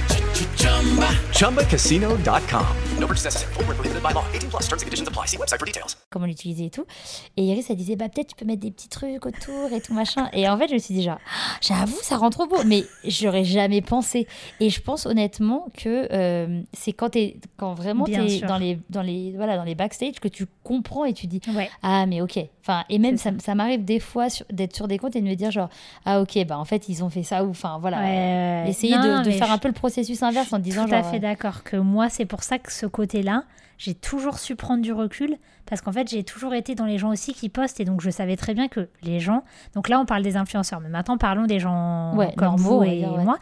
S4: ChumbaCasino.com. No purchase necessary. Void where prohibited by law. 18 plus terms and conditions apply. See website for details.
S3: comment l'utiliser et tout. Et Iris, elle disait, bah peut-être tu peux mettre des petits trucs autour et tout machin. Et en fait, je me suis dit, genre, Ah, j'avoue, ça rend trop beau, mais j'aurais jamais pensé. Et je pense honnêtement que euh, c'est quand, t'es- quand vraiment tu
S2: Bien
S3: es
S2: sûr.
S3: dans les, dans, les, voilà, dans les backstage que tu comprends et tu dis,
S2: Ouais.
S3: Ah, mais ok. Enfin, et même, ça, m- ça m'arrive des fois sur- d'être sur des comptes et de me dire, genre, ah, ok, bah en fait, ils ont fait ça, ou enfin, voilà.
S2: Ouais, ouais.
S3: Essayer
S2: Non,
S3: de, de
S2: mais
S3: faire
S2: je-
S3: un peu le processus inverse en
S2: Tout
S3: disant,
S2: à
S3: genre. euh,
S2: fait d'accord. Que moi, c'est pour ça que ce côté-là, j'ai toujours su prendre du recul parce qu'en fait, j'ai toujours été dans les gens aussi qui postent et donc je savais très bien que les gens. Donc là, on parle des influenceurs, mais maintenant parlons des gens
S3: Ouais,
S2: comme
S3: normaux,
S2: vous
S3: on va
S2: et
S3: dire, ouais.
S2: moi.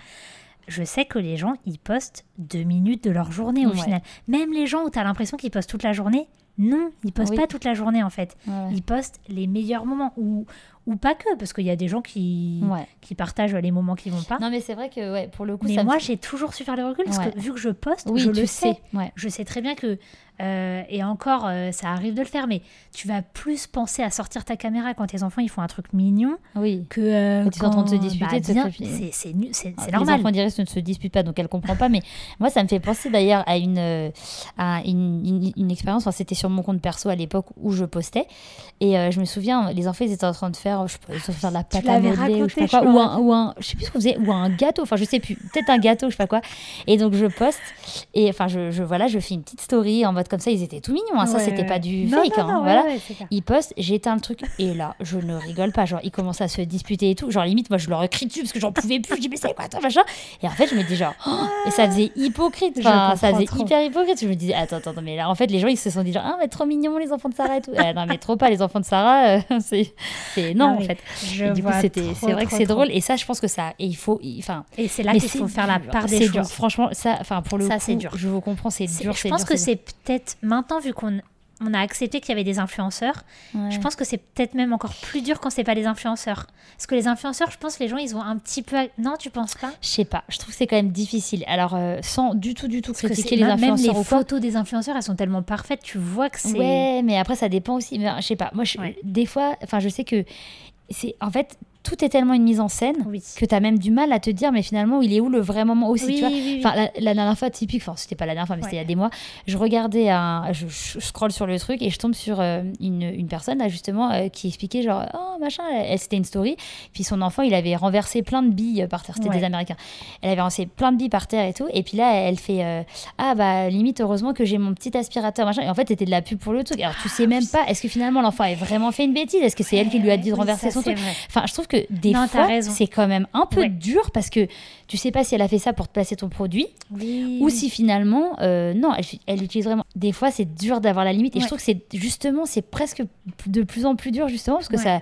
S2: Je sais que les gens, ils postent deux minutes de leur journée au
S3: Ouais.
S2: final. Même les gens où t'as l'impression qu'ils postent toute la journée, non, ils postent
S3: Oui.
S2: pas toute la journée en fait.
S3: Ouais, ouais.
S2: Ils postent les meilleurs moments ou, Ou pas que, parce qu'il y a des gens qui,
S3: Ouais.
S2: qui partagent les moments qui vont pas.
S3: Non, mais c'est vrai que ouais, pour le coup,
S2: mais
S3: ça me-
S2: moi, j'ai toujours su faire le recul, parce
S3: Ouais.
S2: que vu que je poste,
S3: Oui,
S2: je
S3: tu
S2: le
S3: sais,
S2: sais.
S3: ouais.
S2: Je sais très bien que, euh, et encore, euh, ça arrive de le faire, mais tu vas plus penser à sortir ta caméra quand tes enfants ils font un truc mignon
S3: Oui.
S2: que euh,
S3: Quand ils sont en train de se
S2: quand-
S3: disputer,
S2: bah,
S3: de se
S2: bien,
S3: critiquer.
S2: c'est- c'est nu- c'est c'est
S3: Ah, Les
S2: normal.
S3: enfants diraient, ce ne se dispute pas, donc elle comprend pas. Mais moi, ça me fait penser d'ailleurs à une, euh, à une, une- une expérience. Enfin, c'était sur mon compte perso à l'époque où je postais. Et euh, je me souviens, les enfants, ils étaient en train de faire, je sais pas, ils sont en train de faire de la pâte à
S2: l'avais
S3: modeler ou je sais pas quoi.
S2: raconté, je
S3: Ou
S2: me
S3: un, ou un- je sais plus ce qu'on faisait, ou un gâteau. Enfin, je sais plus. Peut-être un gâteau, je sais pas quoi. Et donc, je poste. Et enfin, je, je- voilà, je fais une petite story en mode comme ça. Ils étaient tout mignons. hein. ça,
S2: Ouais,
S3: c'était
S2: ouais.
S3: pas du
S2: Non,
S3: fake.
S2: non,
S3: hein.
S2: non, ouais,
S3: voilà.
S2: ouais, c'est clair.
S3: Ils postent, j'éteins le truc et là, je ne rigole pas. Genre, ils commencent à se disputer et tout. Genre, limite, moi, je leur écris dessus parce que j'en pouvais plus. Je dis, mais c'est quoi toi, machin Et en fait, je me dis, genre, Oh et ça faisait hypocrite.
S2: Je
S3: Enfin, ça
S2: comprends
S3: faisait
S2: trop.
S3: hyper hypocrite. Je me disais, attends, attends, attends, mais là, en fait, les gens, ils se sont dit, genre, ah, mais trop mignon, les enfants de Sarah et tout. Ah, non, mais trop pas, les enfants de Sarah, euh, c'est. c'est- Non,
S2: Ah
S3: en
S2: oui,
S3: fait.
S2: je
S3: Et du coup,
S2: vois
S3: c'était,
S2: trop,
S3: c'est vrai que
S2: trop,
S3: c'est
S2: trop.
S3: drôle. Et ça, je pense que ça. Et il faut. il- Enfin.
S2: Et c'est là
S3: mais
S2: qu'il
S3: c'est
S2: faut faire la
S3: dur.
S2: part des
S3: C'est
S2: choses.
S3: dur. Franchement, ça, enfin, pour le
S2: Ça,
S3: coup,
S2: c'est dur.
S3: je vous comprends, c'est
S2: C'est-
S3: dur.
S2: je
S3: c'est
S2: pense
S3: dur,
S2: que
S3: dur.
S2: c'est peut-être maintenant, vu qu'on on a accepté qu'il y avait des influenceurs, je
S3: Ouais.
S2: pense que c'est peut-être même encore plus dur quand c'est pas des influenceurs. Parce que les influenceurs, je pense que les gens, ils ont un petit peu. à- Non, tu penses pas
S3: Je sais pas, je trouve que c'est quand même difficile. Alors, euh, sans du tout, du tout
S2: Parce que
S3: critiquer
S2: c'est-
S3: les
S2: même
S3: influenceurs
S2: les
S3: ou quoi.
S2: photos des influenceurs, elles sont tellement parfaites, tu vois que c'est.
S3: Ouais, mais après, ça dépend aussi. Mais, je sais pas, moi, je-
S2: Ouais.
S3: des fois, enfin, je sais que c'est. En fait, tout est tellement une mise en scène
S2: Oui.
S3: que t'as même du mal à te dire, mais finalement, il est où le vrai moment aussi,
S2: Oui,
S3: tu vois.
S2: oui, oui.
S3: Enfin, la, la dernière fois, typique, enfin, c'était pas la dernière fois, mais c'était il y a
S2: Ouais.
S3: des mois, je regardais un. Je, je scroll sur le truc et je tombe sur euh, une, une personne, là, justement, euh, qui expliquait, genre, oh, machin, elle, elle- c'était une story. Puis son enfant, il avait renversé plein de billes par terre. C'était
S2: Ouais.
S3: des Américains. Elle avait renversé plein de billes par terre et tout. Et puis là, elle fait, euh, ah, bah, limite, heureusement que j'ai mon petit aspirateur, machin. Et en fait, c'était de la pub pour le truc. Alors, tu sais même pas, est-ce que finalement, l'enfant a vraiment fait une bêtise Est-ce que c'est elle qui lui a dit de
S2: Eh oui,
S3: renverser
S2: ça,
S3: son
S2: c'est
S3: truc
S2: vrai.
S3: Enfin, je trouve que des
S2: Non, t'as
S3: fois,
S2: raison.
S3: c'est quand même un peu
S2: Ouais.
S3: dur parce que tu sais pas si elle a fait ça pour te placer ton produit
S2: Oui,
S3: ou
S2: oui.
S3: si finalement, euh, non, elle, elle utilise vraiment. Des fois, c'est dur d'avoir la limite. Et je
S2: Ouais.
S3: trouve que c'est justement, c'est presque de plus en plus dur, justement, parce que
S2: Ouais.
S3: ça.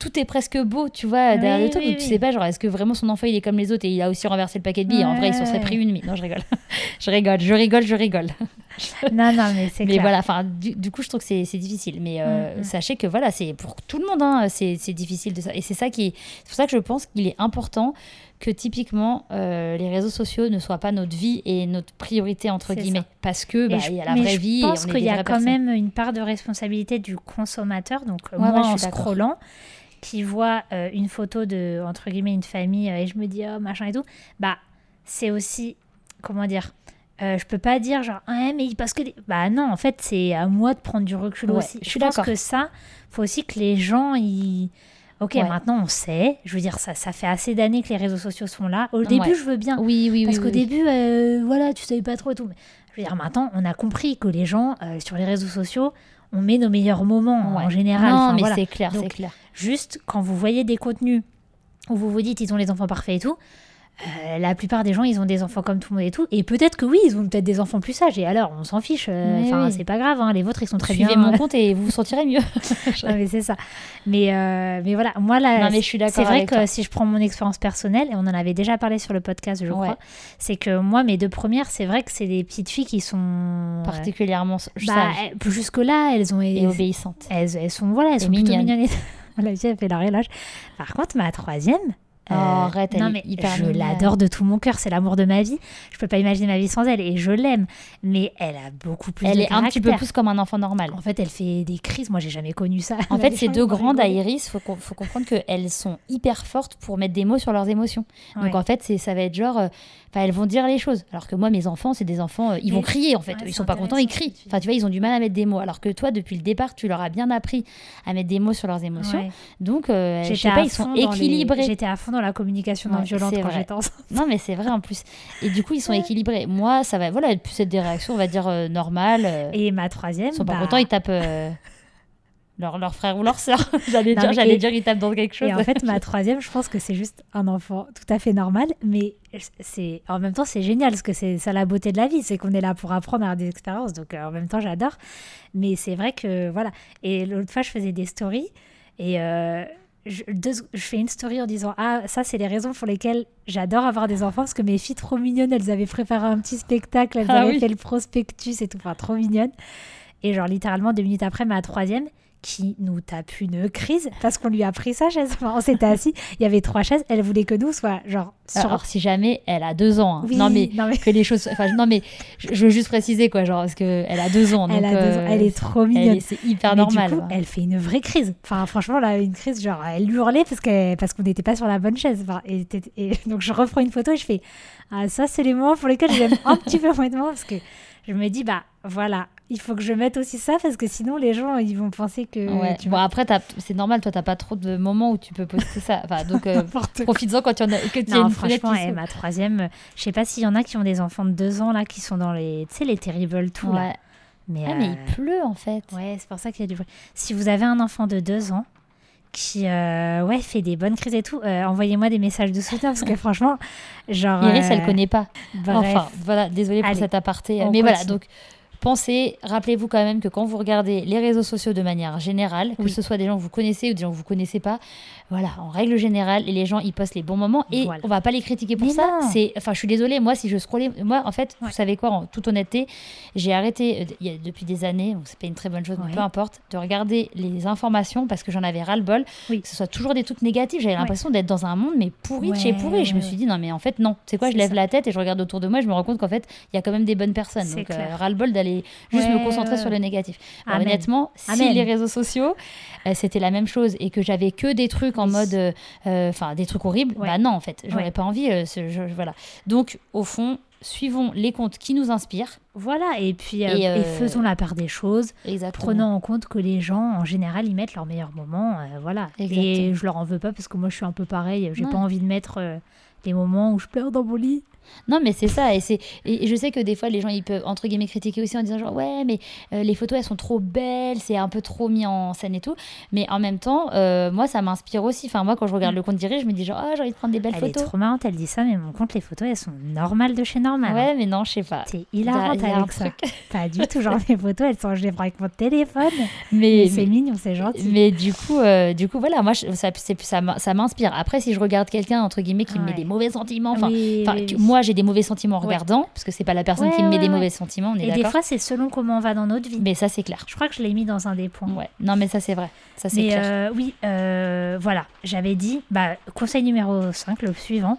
S3: Tout est presque beau, tu vois, derrière
S2: Oui,
S3: le truc.
S2: oui,
S3: donc Tu
S2: oui.
S3: sais pas, genre, est-ce que vraiment son enfant, il est comme les autres et il a aussi renversé le paquet de billes En vrai, il s'en serait
S2: Ouais.
S3: pris une, mais non, je rigole. je rigole, je rigole, je rigole.
S2: Non, non, mais c'est
S3: Mais
S2: clair.
S3: voilà, enfin, du, du coup, je trouve que c'est c'est difficile. Mais euh,
S2: Mm, mm.
S3: sachez que voilà, c'est pour tout le monde, hein, c'est c'est difficile de ça. Et c'est ça qui, est- c'est pour ça que je pense qu'il est important que typiquement euh, les réseaux sociaux ne soient pas notre vie et notre priorité entre
S2: C'est ça.
S3: guillemets, parce que bah,
S2: Et je-
S3: il y a la
S2: mais
S3: vraie
S2: je
S3: vie. et
S2: pense
S3: on est
S2: qu'il
S3: des
S2: y a
S3: vraies
S2: quand
S3: personnes.
S2: même une part de responsabilité du consommateur, donc euh,
S3: Ouais, ouais,
S2: moi
S3: je
S2: en
S3: suis d'accord.
S2: scrollant, qui voit euh, une photo de entre guillemets une famille euh, et je me dis oh machin et tout, bah c'est aussi comment dire. euh, je peux pas dire genre ah mais parce que les- bah non en fait c'est à moi de prendre du recul
S3: Ouais,
S2: aussi.
S3: je suis
S2: pense
S3: d'accord.
S2: que ça faut aussi que les gens ils ok
S3: Ouais.
S2: maintenant on sait je veux dire ça ça fait assez d'années que les réseaux sociaux sont là. Au début
S3: Ouais.
S2: je veux bien
S3: Oui, oui, oui.
S2: parce qu'au
S3: oui, oui.
S2: début, euh, voilà, tu savais pas trop et tout. Mais je veux dire, maintenant, on a compris que les gens, euh, sur les réseaux sociaux, on met nos meilleurs moments
S3: Ouais.
S2: en général.
S3: Non,
S2: Enfin,
S3: mais
S2: voilà.
S3: c'est clair, c'est
S2: Donc,
S3: clair.
S2: Juste quand vous voyez des contenus où vous vous dites, ils ont les enfants parfaits et tout. euh, la plupart des gens, ils ont des enfants comme tout le monde et tout. Et peut-être que oui, ils ont peut-être des enfants plus sages. Et alors, on s'en fiche. euh,
S3: Mais
S2: Enfin,
S3: oui.
S2: c'est pas grave. hein, les vôtres, ils sont très
S3: Suivez
S2: bien.
S3: mon compte et vous vous sentirez mieux.
S2: Non, mais c'est ça. Mais, euh, mais voilà, moi là,
S3: Non, mais je suis d'accord
S2: c'est vrai
S3: avec
S2: que
S3: toi.
S2: si je prends mon expérience personnelle, et on en avait déjà parlé sur le podcast, je
S3: Ouais.
S2: crois, c'est que moi, mes deux premières, c'est vrai que c'est des petites filles qui sont.
S3: Particulièrement
S2: euh, bah,
S3: sage
S2: euh, jusque-là, elles ont.
S3: et obéissante.
S2: elles, elles sont, voilà, elles
S3: Et
S2: sont plutôt
S3: mignonnes.
S2: mignonnes. La vieille, elle fait la relâche. Par contre, ma troisième.
S3: Oh,
S2: euh,
S3: arrête, elle
S2: non,
S3: est
S2: mais
S3: hyper
S2: je
S3: mignonne.
S2: l'adore de tout mon cœur, c'est l'amour de ma vie. Je peux pas imaginer ma vie sans elle et je l'aime. Mais elle a beaucoup plus
S3: Elle
S2: de
S3: est un petit peu
S2: caractère.
S3: plus comme un enfant normal.
S2: En fait, elle fait des crises. Moi, j'ai jamais connu ça.
S3: En fait, ces
S2: c'est
S3: deux grandes à Iris, faut, com- faut comprendre qu'elles sont hyper fortes pour mettre des mots sur leurs émotions. Donc
S2: Ouais.
S3: en fait, c'est- ça va être genre, euh, enfin, elles vont dire les choses. Alors que moi, mes enfants, c'est des enfants, euh, ils
S2: Mais-
S3: vont crier en fait.
S2: Ouais,
S3: ils
S2: c'est
S3: sont pas contents, ils
S2: intéressant ce
S3: crient.
S2: que tu dis.
S3: Enfin, tu vois, ils ont du mal à mettre des mots. Alors que toi, depuis le départ, tu leur as bien appris à mettre des mots sur leurs émotions.
S2: Ouais.
S3: Donc, euh, je
S2: J'étais
S3: sais
S2: à
S3: pas, ils sont
S2: fond dans les-
S3: équilibrés.
S2: J'étais à fond dans la communication non
S3: Ouais,
S2: violente
S3: c'est
S2: quand
S3: vrai.
S2: j'étais enceinte.
S3: Non, mais c'est vrai en plus. Et du coup, ils sont équilibrés. Moi, ça va, voilà, plus être des réactions, on va dire euh, normales. euh,
S2: Et ma troisième.
S3: ils sont
S2: bah,
S3: pas contents, ils tapent. euh, Leur, leur frère ou leur sœur. J'allais
S2: Non,
S3: dire,
S2: mais-
S3: j'allais
S2: et-
S3: dire, ils tapent dans quelque chose.
S2: Et en fait, ma troisième, je pense que c'est juste un enfant tout à fait normal, mais c'est en même temps c'est génial parce que c'est ça la beauté de la vie, c'est qu'on est là pour apprendre à avoir des expériences. Donc euh, en même temps, j'adore. Mais c'est vrai que voilà. Et l'autre fois, je faisais des stories et euh, je, deux sec- je fais une story en disant ah ça c'est les raisons pour lesquelles j'adore avoir des enfants parce que mes filles trop mignonnes, elles avaient préparé un petit spectacle, elles
S3: Ah
S2: avaient
S3: oui.
S2: fait le prospectus et tout, enfin trop mignonnes. Et genre littéralement deux minutes après, ma troisième qui nous tape une crise parce qu'on lui a pris sa chaise. Enfin, on s'était assis, il y avait trois chaises, elle voulait que nous soit genre sur...
S3: Euh, Alors, si jamais elle a deux ans, hein.
S2: Oui,
S3: non, mais,
S2: non, mais-
S3: que les choses. soient- Enfin, non, mais je, je veux juste préciser, quoi, genre, parce qu'elle a deux ans.
S2: Elle
S3: donc, euh,
S2: a deux ans, elle est trop
S3: elle est-
S2: mignonne.
S3: C'est hyper
S2: Mais
S3: normal.
S2: Du coup,
S3: quoi.
S2: elle fait une vraie crise. Enfin, franchement, là, une crise, genre, elle hurlait parce que parce qu'on n'était pas sur la bonne chaise. Enfin, et, t'étais- et donc, je reprends une photo et je fais Ah, ça, c'est les moments pour lesquels j'aime un petit peu moins de moi parce que je me dis Bah, voilà, il faut que je mette aussi ça parce que sinon, les gens, ils vont penser que.
S3: Ouais.
S2: Tu
S3: bon,
S2: vois,
S3: après, t'as- c'est normal, toi, t'as pas trop de moments où tu peux poster ça. Enfin, donc, euh,
S2: n'importe quoi.
S3: profites-en quand tu en as, que tu as
S2: Non,
S3: une fenêtre
S2: franchement,
S3: qui
S2: eh,
S3: s'ouvre.
S2: ma troisième, euh, je sais pas s'il y en a qui ont des enfants de deux ans là qui sont dans les, tu sais, les terribles tout là.
S3: Ouais.
S2: Mais,
S3: Ah, mais
S2: euh,
S3: il pleut, en fait.
S2: Ouais, c'est pour ça qu'il y a du bruit. Si vous avez un enfant de deux ans qui euh, ouais, fait des bonnes crises et tout, euh, envoyez-moi des messages de soutien parce que franchement, genre.
S3: Iris, elle
S2: euh,
S3: connaît pas.
S2: bref.
S3: Enfin, voilà, désolé pour
S2: Allez,
S3: cet aparté. Mais
S2: on
S3: voilà,
S2: continue.
S3: donc pensez, rappelez-vous quand même que quand vous regardez les réseaux sociaux de manière générale, que
S2: Oui.
S3: ce soit des gens que vous connaissez ou des gens que vous connaissez pas, voilà, en règle générale, les gens ils postent les bons moments et
S2: Voilà.
S3: on va pas les critiquer pour
S2: Mais
S3: ça.
S2: non.
S3: C'est, enfin, je suis désolée, moi si je scrollais, moi en fait,
S2: Ouais.
S3: vous savez quoi, en toute honnêteté, j'ai arrêté euh, il y a- depuis des années, donc c'est pas une très bonne chose, mais
S2: Ouais.
S3: peu importe, de regarder les informations parce que j'en avais ras le bol,
S2: Oui.
S3: que ce soit toujours des trucs négatifs. J'avais l'impression d'être dans un monde mais pourri, de chez
S2: Ouais,
S3: pourri. Et je me
S2: ouais,
S3: suis
S2: ouais.
S3: dit non mais en fait non, c'est quoi, je
S2: C'est
S3: lève
S2: ça.
S3: la tête et je regarde autour de moi, et je me rends compte qu'en fait, il y a quand même des bonnes personnes.
S2: C'est
S3: Donc,
S2: clair.
S3: euh, ras-le-bol d'aller juste
S2: Ouais,
S3: me concentrer
S2: ouais,
S3: sur le
S2: ouais.
S3: négatif. Bon,
S2: Amen.
S3: honnêtement, si
S2: Amen.
S3: les réseaux sociaux, euh, c'était la même chose et que j'avais que des trucs en
S2: Oui.
S3: mode, euh, euh, enfin, des trucs horribles,
S2: Ouais.
S3: bah non, en fait, j'aurais
S2: Ouais.
S3: pas envie. euh, ce- je- je- voilà. Donc, au fond, suivons les comptes qui nous inspirent.
S2: Voilà, et puis euh,
S3: Et,
S2: et,
S3: euh,
S2: faisons la part des choses,
S3: Exactement.
S2: prenant en compte que les gens, en général, ils mettent leurs meilleurs moments. euh, voilà.
S3: Exactement.
S2: Et je leur en veux pas parce que moi, je suis un peu pareil. J'ai
S3: Ouais.
S2: pas envie de mettre euh, les moments où je pleure dans mon lit.
S3: Non, mais c'est ça. Et, c'est, et je sais que des fois, les gens, ils peuvent, entre guillemets, critiquer aussi en disant genre, ouais, mais euh, les photos, elles sont trop belles, c'est un peu trop mis en scène et tout. Mais en même temps, euh, moi, ça m'inspire aussi. Enfin, moi, quand je regarde le compte d'Iris, je me dis genre, ah, j'ai envie de prendre des belles
S2: Mm. Elle
S3: photos.
S2: est trop marrante, elle dit ça, mais mon compte, les photos, elles sont normales de chez normal. hein.
S3: Ouais, mais non, je sais pas.
S2: T'es
S3: Il y a-
S2: hilarante
S3: il y a un
S2: avec ça.
S3: truc.
S2: Pas du tout, genre mes photos, elles sont enregistrées avec mon téléphone.
S3: Mais,
S2: Et c'est mignon, c'est gentil.
S3: mais du coup, euh, du coup, voilà, moi, je- ça, c'est- ça m- ça m'inspire. Après, si je regarde quelqu'un entre guillemets qui me met
S2: Ouais.
S3: des mauvais sentiments, enfin,
S2: Oui,
S3: enfin,
S2: oui,
S3: tu-
S2: oui.
S3: moi, j'ai des mauvais sentiments en
S2: Ouais.
S3: regardant, parce que c'est pas la personne
S2: Ouais,
S3: qui me met
S2: ouais,
S3: des
S2: ouais.
S3: mauvais sentiments, on est
S2: Et des
S3: d'accord.
S2: fois, c'est selon comment on va dans notre vie.
S3: Mais ça, c'est clair.
S2: Je crois que je l'ai mis dans un des points.
S3: Ouais. Non, mais ça, c'est vrai. Ça, c'est
S2: Mm. Mais
S3: clair.
S2: euh, oui, euh, voilà, j'avais dit, bah, conseil numéro 5, le suivant,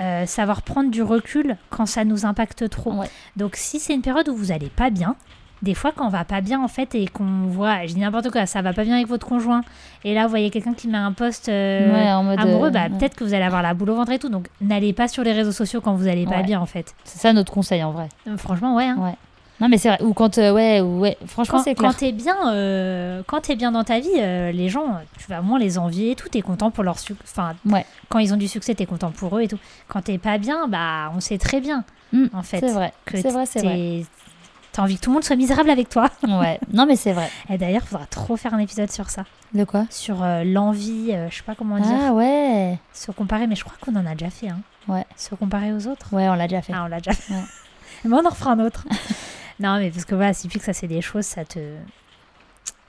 S2: euh, savoir prendre du recul quand ça nous impacte trop.
S3: Ouais.
S2: Donc si c'est une période où vous allez pas bien, des fois quand on va pas bien en fait et qu'on voit, je dis n'importe quoi, ça va pas bien avec votre conjoint, et là vous voyez quelqu'un qui met un poste euh,
S3: Ouais, en mode,
S2: amoureux,
S3: euh,
S2: bah,
S3: ouais.
S2: peut-être que vous allez avoir la boule au ventre et tout. Donc n'allez pas sur les réseaux sociaux quand vous allez pas
S3: Ouais.
S2: bien en fait.
S3: C'est ça notre conseil en vrai.
S2: Euh, Franchement, ouais. hein.
S3: Ouais. Non, mais c'est vrai. Ou quand, euh, ouais, ou ouais. Franchement,
S2: Quand,
S3: c'est Ah, clair.
S2: quand t'es bien, euh, quand t'es bien dans ta vie, euh, les gens, euh, tu vas moins les envier et tout. T'es content pour leur succès. Enfin,
S3: Ouais.
S2: quand ils ont du succès, t'es content pour eux et tout. Quand t'es pas bien, bah, on sait très bien
S3: Mm,
S2: en fait
S3: C'est vrai.
S2: que
S3: C'est vrai, c'est vrai.
S2: t'es- T'as envie que tout le monde soit misérable avec toi.
S3: Ouais. Non, mais c'est vrai.
S2: Et d'ailleurs, faudra trop faire un épisode sur ça,
S3: De quoi
S2: sur euh, l'envie, euh, je sais pas comment dire,
S3: Ah ouais.
S2: se comparer. Mais je crois qu'on en a déjà fait. Hein.
S3: Ouais.
S2: Se comparer aux autres.
S3: Ouais, on l'a déjà fait.
S2: Ah, on l'a déjà fait.
S3: Ouais.
S2: mais on en refera un autre. non, mais parce que voilà, si que ça, c'est des choses, ça te,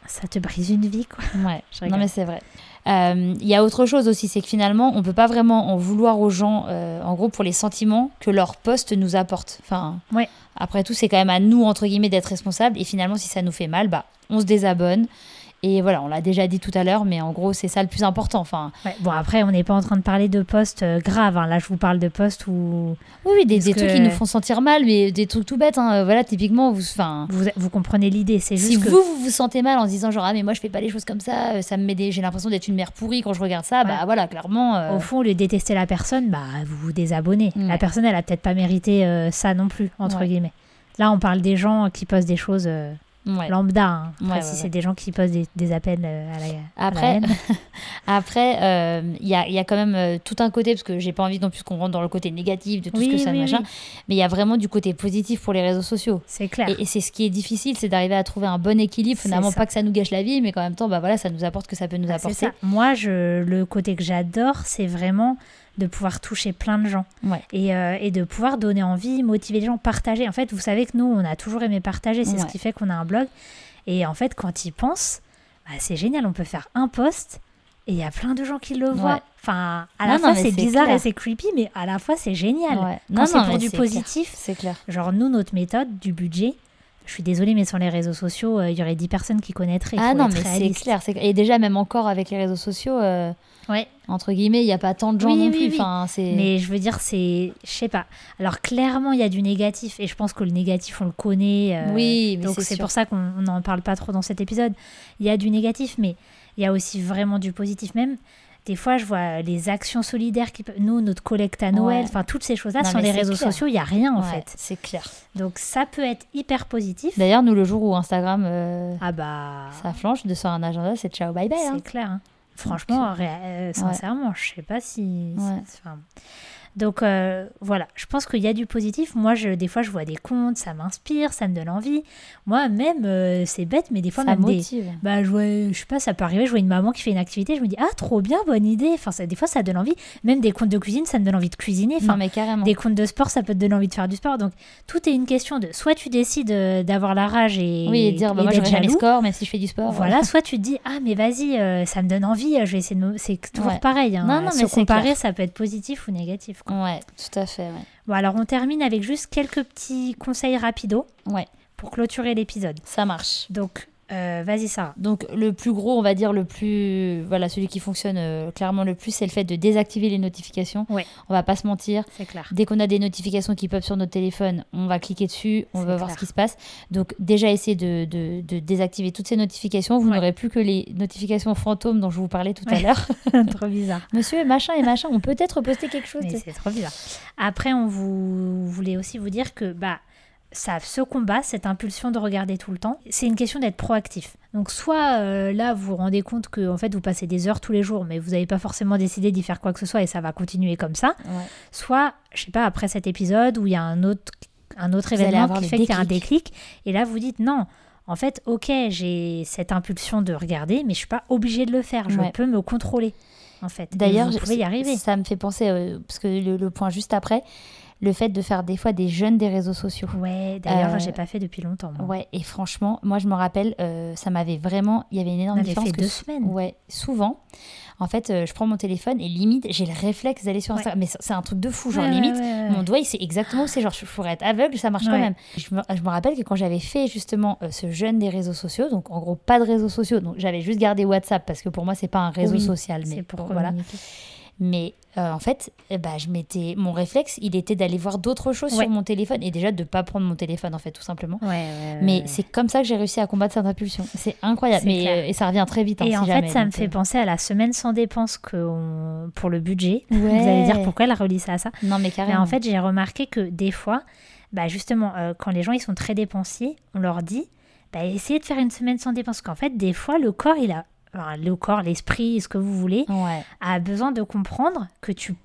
S2: ça te brise une vie, quoi.
S3: Ouais,
S2: Je
S3: non
S2: rigole.
S3: mais c'est vrai. Euh, Il y a autre chose aussi, c'est que finalement, on peut pas vraiment en vouloir aux gens, euh, en gros, pour les sentiments que leur poste nous apporte. Enfin,
S2: Ouais.
S3: après tout, c'est quand même à nous, entre guillemets, d'être responsables. Et finalement, si ça nous fait mal, bah, on se désabonne. Et voilà, on l'a déjà dit tout à l'heure, mais en gros, c'est ça le plus important. Enfin,
S2: Ouais, Bon, après, on n'est pas en train de parler de postes euh, graves. hein. Là, je vous parle de postes où
S3: oui, oui, des,
S2: Parce
S3: des trucs
S2: que-
S3: qui nous font sentir mal, mais des trucs tout bêtes. hein. Voilà, typiquement, vous, enfin,
S2: vous, vous comprenez l'idée. C'est juste
S3: si
S2: que.
S3: vous, vous vous sentez mal en se disant genre ah mais moi je fais pas les choses comme ça, euh, ça me met des... j'ai l'impression d'être une mère pourrie quand je regarde ça. Bah
S2: Ouais.
S3: voilà, clairement. euh,
S2: Au fond, au lieu de détester la personne, bah, vous vous désabonnez.
S3: Ouais.
S2: La personne, elle a peut-être pas mérité euh, ça non plus, entre
S3: Ouais.
S2: guillemets. Là, on parle des gens qui postent des choses euh,
S3: ouais.
S2: lambda. hein. Après,
S3: Ouais,
S2: si
S3: ouais,
S2: c'est
S3: ouais.
S2: des gens qui postent des, des appels euh, à la, à la
S3: Après,
S2: haine,
S3: après, euh, il y, a, il y a quand même euh, tout un côté, parce que j'ai pas envie non plus qu'on rentre dans le côté négatif de tout ce
S2: Oui,
S3: que ça,
S2: oui,
S3: machin,
S2: oui.
S3: mais il y a vraiment du côté positif pour les réseaux sociaux.
S2: c'est clair.
S3: Et, et c'est ce qui est difficile, c'est d'arriver à trouver un bon équilibre,
S2: C'est
S3: finalement,
S2: ça.
S3: pas que ça nous gâche la vie, mais qu'en même temps, bah voilà, ça nous apporte ce que ça peut nous
S2: Ah, c'est
S3: apporter.
S2: ça. Moi, je, le côté que j'adore, c'est vraiment de pouvoir toucher plein de gens
S3: Ouais.
S2: et, euh, et de pouvoir donner envie, motiver les gens, partager. En fait, vous savez que nous, on a toujours aimé partager, c'est ce
S3: Ouais.
S2: qui fait qu'on a un blog. Et en fait, quand ils pensent, bah, c'est génial, on peut faire un post et il y a plein de gens qui le voient.
S3: Ouais.
S2: Enfin, à
S3: Non,
S2: la
S3: non,
S2: fois,
S3: mais
S2: c'est
S3: c'est
S2: bizarre
S3: clair.
S2: et c'est creepy, mais à la fois, c'est génial.
S3: Ouais.
S2: Quand c'est pour
S3: mais
S2: du
S3: clair.
S2: positif,
S3: C'est clair.
S2: Genre, nous, notre méthode du budget, Je suis désolée, mais sur les réseaux sociaux, euh, il y aurait 10 personnes qui connaîtraient.
S3: Ah
S2: faut
S3: non,
S2: être
S3: mais c'est
S2: réaliste.
S3: clair. c'est- Et déjà, même encore avec les réseaux sociaux, euh, entre guillemets, il n'y a pas tant de gens
S2: Oui,
S3: non
S2: oui,
S3: plus.
S2: oui.
S3: Enfin, c'est...
S2: Mais je veux dire, c'est. Je sais pas. Alors, clairement, il y a du négatif. Et je pense que le négatif, on le connaît. euh,
S3: Oui, mais
S2: Donc,
S3: c'est
S2: c'est
S3: sûr.
S2: pour ça qu'on n'en parle pas trop dans cet épisode. Il y a du négatif, mais il y a aussi vraiment du positif. Même, des fois, je vois les actions solidaires qui. pe- Nous, notre collecte à Noël,
S3: Ouais.
S2: enfin, toutes ces choses-là,
S3: Non,
S2: sur
S3: mais
S2: les
S3: c'est
S2: réseaux
S3: clair.
S2: sociaux, il n'y a rien, en
S3: Ouais,
S2: fait.
S3: C'est clair.
S2: Donc, ça peut être hyper positif.
S3: D'ailleurs, nous, le jour où Instagram, euh,
S2: Ah bah.
S3: ça flanche, de sortir un agenda, c'est ciao, bye bye. hein.
S2: C'est clair. hein. Franchement, ré- euh, sincèrement, je sais pas si.
S3: Ouais.
S2: c'est- enfin, Donc euh, voilà, je pense qu'il y a du positif. Moi, je, des fois, je vois des comptes, ça m'inspire, ça me donne envie. Moi, même, euh, c'est bête, mais des fois,
S3: Ça
S2: même des-
S3: motive.
S2: bah, je, vois- je sais pas, ça peut arriver. Je vois une maman qui fait une activité, je me dis ah trop bien, bonne idée. Enfin, ça, des fois, ça donne envie. Même des comptes de cuisine, ça me donne envie de cuisiner. Enfin,
S3: Non, mais carrément.
S2: des comptes de sport, ça peut te donner envie de faire du sport. Donc tout est une question de soit tu décides euh, d'avoir la rage et
S3: Oui, et dire, bah, moi, je
S2: d'être
S3: regarde mes
S2: jaloux.
S3: scores, même si je fais du sport.
S2: Voilà, soit tu te dis ah mais vas-y, euh, ça me donne envie, euh, je vais essayer de me... c'est toujours
S3: Ouais.
S2: pareil. hein.
S3: Non, non,
S2: Se
S3: mais c'est
S2: comparer,
S3: clair.
S2: ça peut être positif ou négatif. quoi.
S3: Ouais, tout à fait. ouais.
S2: Bon alors on termine avec juste quelques petits conseils rapido
S3: Ouais.
S2: pour clôturer l'épisode.
S3: Ça marche.
S2: Donc euh, vas-y Sarah.
S3: Donc le plus gros, on va dire le plus, voilà, celui qui fonctionne euh, clairement le plus, c'est le fait de désactiver les notifications.
S2: Ouais.
S3: On va pas se mentir.
S2: C'est clair.
S3: Dès qu'on a des notifications qui popent sur notre téléphone, on va cliquer dessus, on
S2: C'est
S3: va voir
S2: clair.
S3: ce qui se passe. Donc déjà essayer de, de- de désactiver toutes ces notifications. Vous n'aurez plus que les notifications fantômes dont je vous parlais tout à
S2: Ouais.
S3: l'heure.
S2: trop bizarre.
S3: Monsieur machin et machin, on peut être poster quelque chose.
S2: Mais
S3: tu sais.
S2: c'est trop bizarre. Après on vous voulait aussi vous dire que bah ça se combat cette impulsion de regarder tout le temps. C'est une question d'être proactif. Donc soit euh, là vous vous rendez compte que en fait vous passez des heures tous les jours mais vous n'avez pas forcément décidé d'y faire quoi que ce soit et ça va continuer comme ça.
S3: Ouais.
S2: soit, je sais pas, après cet épisode où il y a un autre, un autre
S3: Vous allez
S2: événement
S3: avoir
S2: qui
S3: le
S2: fait qu'il y a un déclic, et là vous dites non. En fait, ok, j'ai cette impulsion de regarder, mais je suis pas obligée de le faire. Je
S3: Ouais.
S2: peux me contrôler, en fait. Et
S3: D'ailleurs,
S2: vous pouvez y
S3: c'est-
S2: arriver.
S3: Ça me fait penser, euh, parce que le, le point juste après, le fait de faire des fois des jeunes des réseaux sociaux.
S2: Ouais. D'ailleurs,
S3: Euh,
S2: j'ai pas fait depuis longtemps. moi.
S3: Ouais, et franchement, moi je me rappelle, euh, ça m'avait vraiment. Il y avait une énorme
S2: avait
S3: différence.
S2: fait
S3: que
S2: deux
S3: sou-
S2: semaines.
S3: Ouais, souvent. En fait, euh, je prends mon téléphone et limite, j'ai le réflexe d'aller sur
S2: Ouais.
S3: Instagram. Mais c'est- c'est un truc de fou, genre
S2: Ouais, ouais,
S3: limite,
S2: ouais, ouais,
S3: mon
S2: ouais.
S3: doigt il sait exactement où c'est. Genre, je pourrais être aveugle, ça marche
S2: Ouais.
S3: quand même. Je me, je me rappelle que quand j'avais fait justement euh, ce jeûne des réseaux sociaux, donc en gros, pas de réseaux sociaux, donc j'avais juste gardé WhatsApp parce que pour moi, c'est pas un réseau
S2: Oui,
S3: social. Mais
S2: C'est pour
S3: bon, voilà.
S2: communiquer.
S3: Mais euh, en fait, euh, bah, je m'étais, mon réflexe, il était d'aller voir d'autres choses
S2: Ouais.
S3: sur mon téléphone et déjà de pas prendre mon téléphone en fait, tout simplement.
S2: Ouais, ouais, ouais,
S3: Mais
S2: ouais.
S3: c'est comme ça que j'ai réussi à combattre cette impulsion. C'est incroyable.
S2: Euh. C'est
S3: Mais,
S2: clair.
S3: euh, et ça revient très vite. hein,
S2: Et
S3: si
S2: en fait,
S3: jamais,
S2: ça me
S3: donc,
S2: fait
S3: euh,
S2: penser à la semaine sans dépenses que on- pour le budget. Vous allez
S3: Ouais.
S2: dire pourquoi elle relie ça à ça.
S3: Non, mais
S2: Mais
S3: carrément.
S2: en fait, j'ai remarqué que des fois, bah justement, euh, quand les gens ils sont très dépensiers, on leur dit bah, essayez de faire une semaine sans dépenses. Parce qu'en fait, des fois, le corps, il a, enfin, le corps, l'esprit, ce que vous voulez,
S3: ouais.
S2: a besoin de comprendre que tu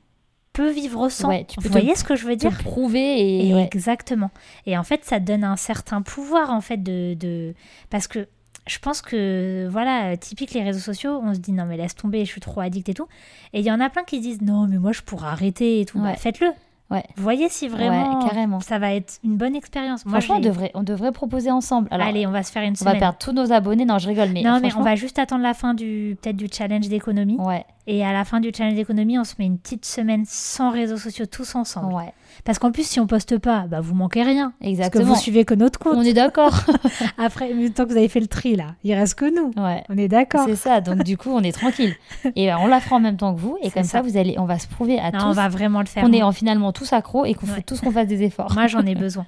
S2: peux vivre sans.
S3: Ouais, tu peux
S2: vous
S3: te-
S2: voyez ce que je veux
S3: Te
S2: dire
S3: prouver et,
S2: et
S3: ouais.
S2: Exactement. Et en fait, ça donne un certain pouvoir, en fait, de, de- Parce que je pense que, voilà, euh, typique les réseaux sociaux, on se dit, non, mais laisse tomber, je suis trop addict et tout. Et il y en a plein qui se disent, non, mais moi, je pourrais arrêter et tout. Bah,
S3: Ouais.
S2: faites-le.
S3: Ouais.
S2: Voyez si vraiment
S3: Ouais, carrément.
S2: ça va être une bonne expérience. Moi,
S3: Franchement, on
S2: j'ai-
S3: devrait, on devrait proposer ensemble. Alors,
S2: Allez, on va se faire une
S3: on va
S2: semaine.
S3: perdre tous nos abonnés. Non, je rigole, mais
S2: non, mais on
S3: franchement-
S2: va juste attendre la fin du peut-être du challenge d'économie.
S3: Ouais,
S2: Et à la fin du challenge d'économie, on se met une petite semaine sans réseaux sociaux tous ensemble.
S3: ouais,
S2: Parce qu'en plus, si on poste pas, bah vous manquez rien. Parce que
S3: exactement.
S2: vous suivez que notre compte.
S3: On est d'accord.
S2: Après, mais tant que vous avez fait le tri là, il reste que nous.
S3: ouais.
S2: On est d'accord.
S3: C'est ça, donc du coup on est tranquille. Et ben, on la fera en même temps que vous, et
S2: C'est
S3: comme ça,
S2: ça.
S3: vous allez, on va se prouver à
S2: Non,
S3: tous
S2: on va vraiment le faire.
S3: qu'on est en, finalement tous accros et qu'on faut
S2: Ouais.
S3: tous qu'on fasse des efforts.
S2: Moi, j'en ai besoin.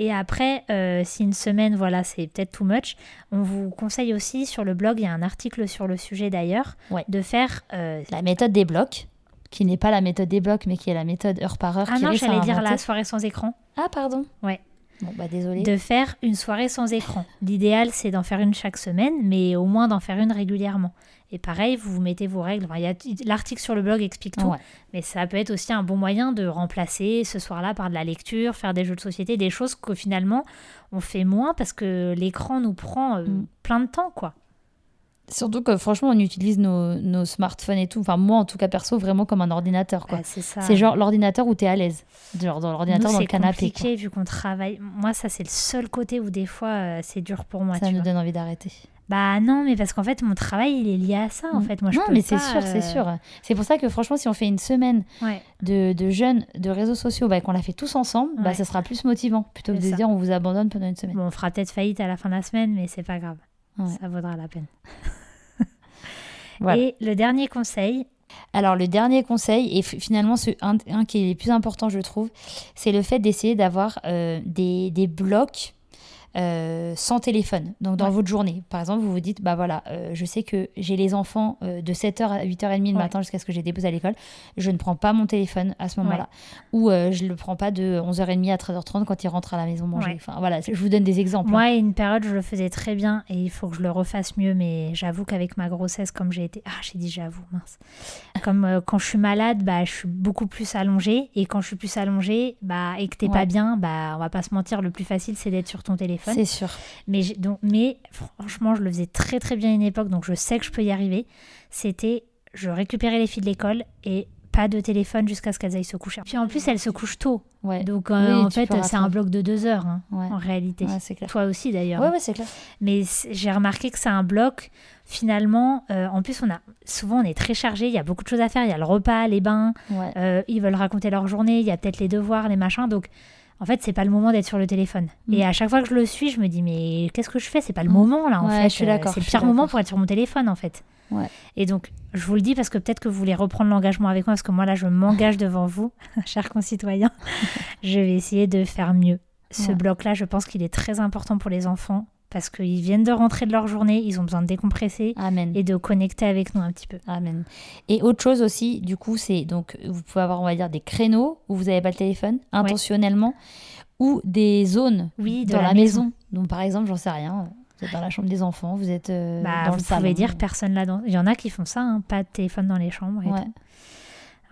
S2: Et après, euh, si une semaine, voilà, c'est peut-être too much, on vous conseille aussi sur le blog, il y a un article sur le sujet d'ailleurs,
S3: Ouais.
S2: de faire. euh,
S3: La méthode des blocs, qui n'est pas la méthode des blocs, mais qui est la méthode heure par heure.
S2: Ah
S3: qui
S2: non,
S3: risque à
S2: j'allais dire la
S3: inventer.
S2: soirée sans écran.
S3: Ah pardon.
S2: Ouais.
S3: Bon bah désolé.
S2: De faire une soirée sans écran. L'idéal, c'est d'en faire une chaque semaine, mais au moins d'en faire une régulièrement. Et pareil, vous vous mettez vos règles. Enfin, il y a- L'article sur le blog explique tout.
S3: Ouais.
S2: Mais ça peut être aussi un bon moyen de remplacer ce soir-là par de la lecture, faire des jeux de société, des choses que finalement on fait moins parce que l'écran nous prend euh,
S3: Mm.
S2: plein de temps, quoi.
S3: Surtout que franchement, on utilise nos, nos smartphones et tout. Enfin, moi en tout cas perso, vraiment comme un ordinateur quoi.
S2: Ah, c'est ça.
S3: c'est genre l'ordinateur où t'es à l'aise. Genre dans
S2: Nous,
S3: l'ordinateur, dans
S2: c'est
S3: le canapé. quoi.
S2: compliqué vu qu'on travaille. Moi, ça, c'est le seul côté où des fois euh, c'est dur pour moi.
S3: Ça
S2: tu
S3: nous
S2: vois.
S3: donne envie d'arrêter.
S2: Bah non, mais parce qu'en fait, mon travail, il est lié à ça, en fait. Moi, je
S3: non,
S2: peux
S3: mais c'est
S2: pas,
S3: sûr, c'est
S2: euh,
S3: sûr. C'est pour ça que franchement, si on fait une semaine
S2: Ouais.
S3: de, de jeunes de réseaux sociaux, bah, et qu'on la fait tous ensemble, bah,
S2: Ouais.
S3: ça sera plus motivant plutôt que
S2: C'est
S3: de se
S2: ça.
S3: dire on vous abandonne pendant une semaine.
S2: Bon, on fera peut-être faillite à la fin de la semaine, mais c'est pas grave.
S3: Ouais.
S2: Ça vaudra la peine.
S3: Voilà.
S2: Et le dernier conseil,
S3: Alors le dernier conseil, et f- finalement ce, un, un qui est le plus important je trouve, c'est le fait d'essayer d'avoir euh, des, des blocs euh, sans téléphone, donc dans
S2: Ouais.
S3: votre journée. Par exemple, vous vous dites, bah voilà, euh, je sais que j'ai les enfants euh, de 7h à 8h30 le
S2: Ouais.
S3: matin jusqu'à ce que j'ai dépose à l'école, je ne prends pas mon téléphone à ce moment-là. Ou euh, je ne le prends pas de 11h30 à 13h30 quand ils rentrent à la maison manger.
S2: Ouais.
S3: Enfin voilà, je vous donne des exemples. hein.
S2: Moi, à une période, je le faisais très bien et il faut que je le refasse mieux, mais j'avoue qu'avec ma grossesse, comme j'ai été. Ah, j'ai dit j'avoue, mince. Comme euh, quand je suis malade, bah, je suis beaucoup plus allongée et quand je suis plus allongée bah, et que t'es
S3: Ouais.
S2: pas bien, bah, on va pas se mentir, le plus facile, c'est d'être sur ton téléphone.
S3: C'est sûr.
S2: Mais, j'ai- donc, mais franchement, je le faisais très très bien à une époque, donc je sais que je peux y arriver. C'était, je récupérais les filles de l'école et pas de téléphone jusqu'à ce qu'elles aillent se coucher. Puis en plus, elles se couchent tôt.
S3: Ouais.
S2: Donc euh,
S3: Oui,
S2: en
S3: tu
S2: fait,
S3: peux
S2: c'est
S3: rattraper.
S2: un bloc de deux heures hein,
S3: Ouais.
S2: en réalité.
S3: Ouais, c'est clair.
S2: Toi aussi d'ailleurs.
S3: Ouais, ouais, c'est clair.
S2: Mais c'est- j'ai remarqué que c'est un bloc. Finalement, euh, en plus, on a souvent on est très chargé. Il y a beaucoup de choses à faire. Il y a le repas, les bains.
S3: Ouais.
S2: euh, ils veulent raconter leur journée. Il y a peut-être les devoirs, les machins. Donc, en fait, c'est pas le moment d'être sur le téléphone.
S3: Mm.
S2: Et à chaque fois que je le suis, je me dis mais qu'est-ce que je fais C'est pas le
S3: Mm.
S2: moment là. En
S3: Ouais,
S2: fait,
S3: je suis
S2: Euh,
S3: d'accord,
S2: C'est
S3: je suis
S2: le pire moment
S3: d'accord.
S2: pour être sur mon téléphone en fait.
S3: Ouais.
S2: Et donc, je vous le dis parce que peut-être que vous voulez reprendre l'engagement avec moi parce que moi là, je m'engage devant vous, chers concitoyens. je vais essayer de faire mieux. Ce
S3: Ouais.
S2: bloc-là, je pense qu'il est très important pour les enfants parce qu'ils viennent de rentrer de leur journée, ils ont besoin de décompresser
S3: Amen.
S2: et de connecter avec nous un petit peu.
S3: Amen. Et autre chose aussi, du coup, c'est donc vous pouvez avoir, on va dire, des créneaux où vous n'avez pas le téléphone intentionnellement, ou des zones
S2: Oui, de
S3: dans
S2: la
S3: la maison. Donc par exemple, j'en sais rien, vous êtes dans la chambre des enfants, vous êtes euh,
S2: Bah,
S3: dans
S2: vous
S3: le
S2: pouvez
S3: salon.
S2: dire personne là-dedans. Il y en a qui font ça, hein, pas de téléphone dans les chambres. Et
S3: Ouais.
S2: tout.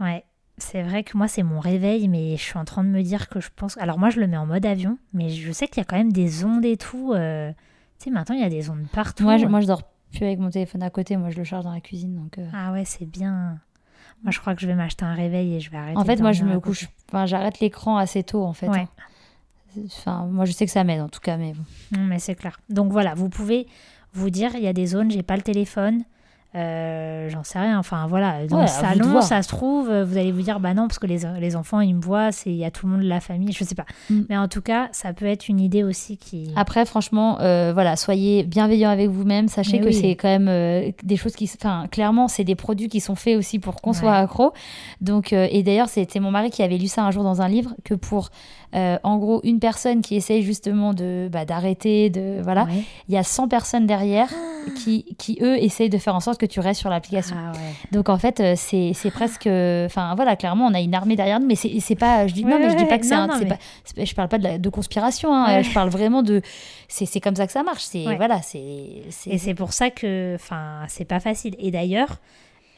S2: ouais. C'est vrai que moi, c'est mon réveil, mais je suis en train de me dire que je pense. Alors, moi, je le mets en mode avion, mais je sais qu'il y a quand même des ondes et tout. euh, Tu sais, maintenant, il y a des ondes partout.
S3: Moi, je, moi, je dors plus avec mon téléphone à côté, moi je le charge dans la cuisine. Donc, euh,
S2: Ah ouais, c'est bien. Moi, je crois que je vais m'acheter un réveil et je vais arrêter.
S3: en fait,
S2: de
S3: moi, je
S2: dormir
S3: me
S2: à côté.
S3: couche, enfin, j'arrête l'écran assez tôt, en fait.
S2: Ouais.
S3: hein. Enfin, moi, je sais que ça m'aide en tout cas, mais bon.
S2: Non, mais c'est clair. Donc voilà, vous pouvez vous dire, il y a des zones, j'ai pas le téléphone. euh, J'en sais rien. Enfin voilà, dans
S3: Ouais,
S2: le
S3: à vous de
S2: salon,
S3: voir.
S2: ça se trouve, euh, vous allez vous dire, bah non, parce que les, les enfants, ils me voient, c'est- il y a tout le monde de la famille, je sais pas.
S3: Mm. Ah,
S2: Mais en tout cas, ça peut être une idée aussi qui.
S3: Après, franchement, euh, voilà, soyez bienveillants avec vous-même. Sachez
S2: Mais
S3: que
S2: oui.
S3: c'est quand même euh, des choses qui, s- enfin, clairement, c'est des produits qui sont faits aussi pour qu'on soit
S2: Ouais.
S3: accro. Donc, euh, et d'ailleurs, c'était mon mari qui avait lu ça un jour dans un livre que pour, euh, en gros, une personne qui essaye justement de, bah, d'arrêter, de, voilà,
S2: Ouais.
S3: il y a 100 personnes derrière qui, qui eux essayent de faire en sorte que tu restes sur l'application.
S2: Ah ouais.
S3: Donc en fait, euh, c'est c'est presque. euh, Enfin voilà, clairement, on a une armée derrière nous, mais c'est c'est pas. Je dis,
S2: Ouais,
S3: non, mais je dis
S2: ouais,
S3: pas que c'est
S2: non,
S3: un-
S2: non,
S3: c'est
S2: mais-
S3: pas- c'est pas- Je parle pas de, la- de conspiration, hein,
S2: Ouais.
S3: euh, je parle vraiment de. C'est c'est comme ça que ça marche. C'est.
S2: Ouais.
S3: Voilà, c'est. c'est-
S2: Et c'est pour ça que, enfin, c'est pas facile. Et d'ailleurs,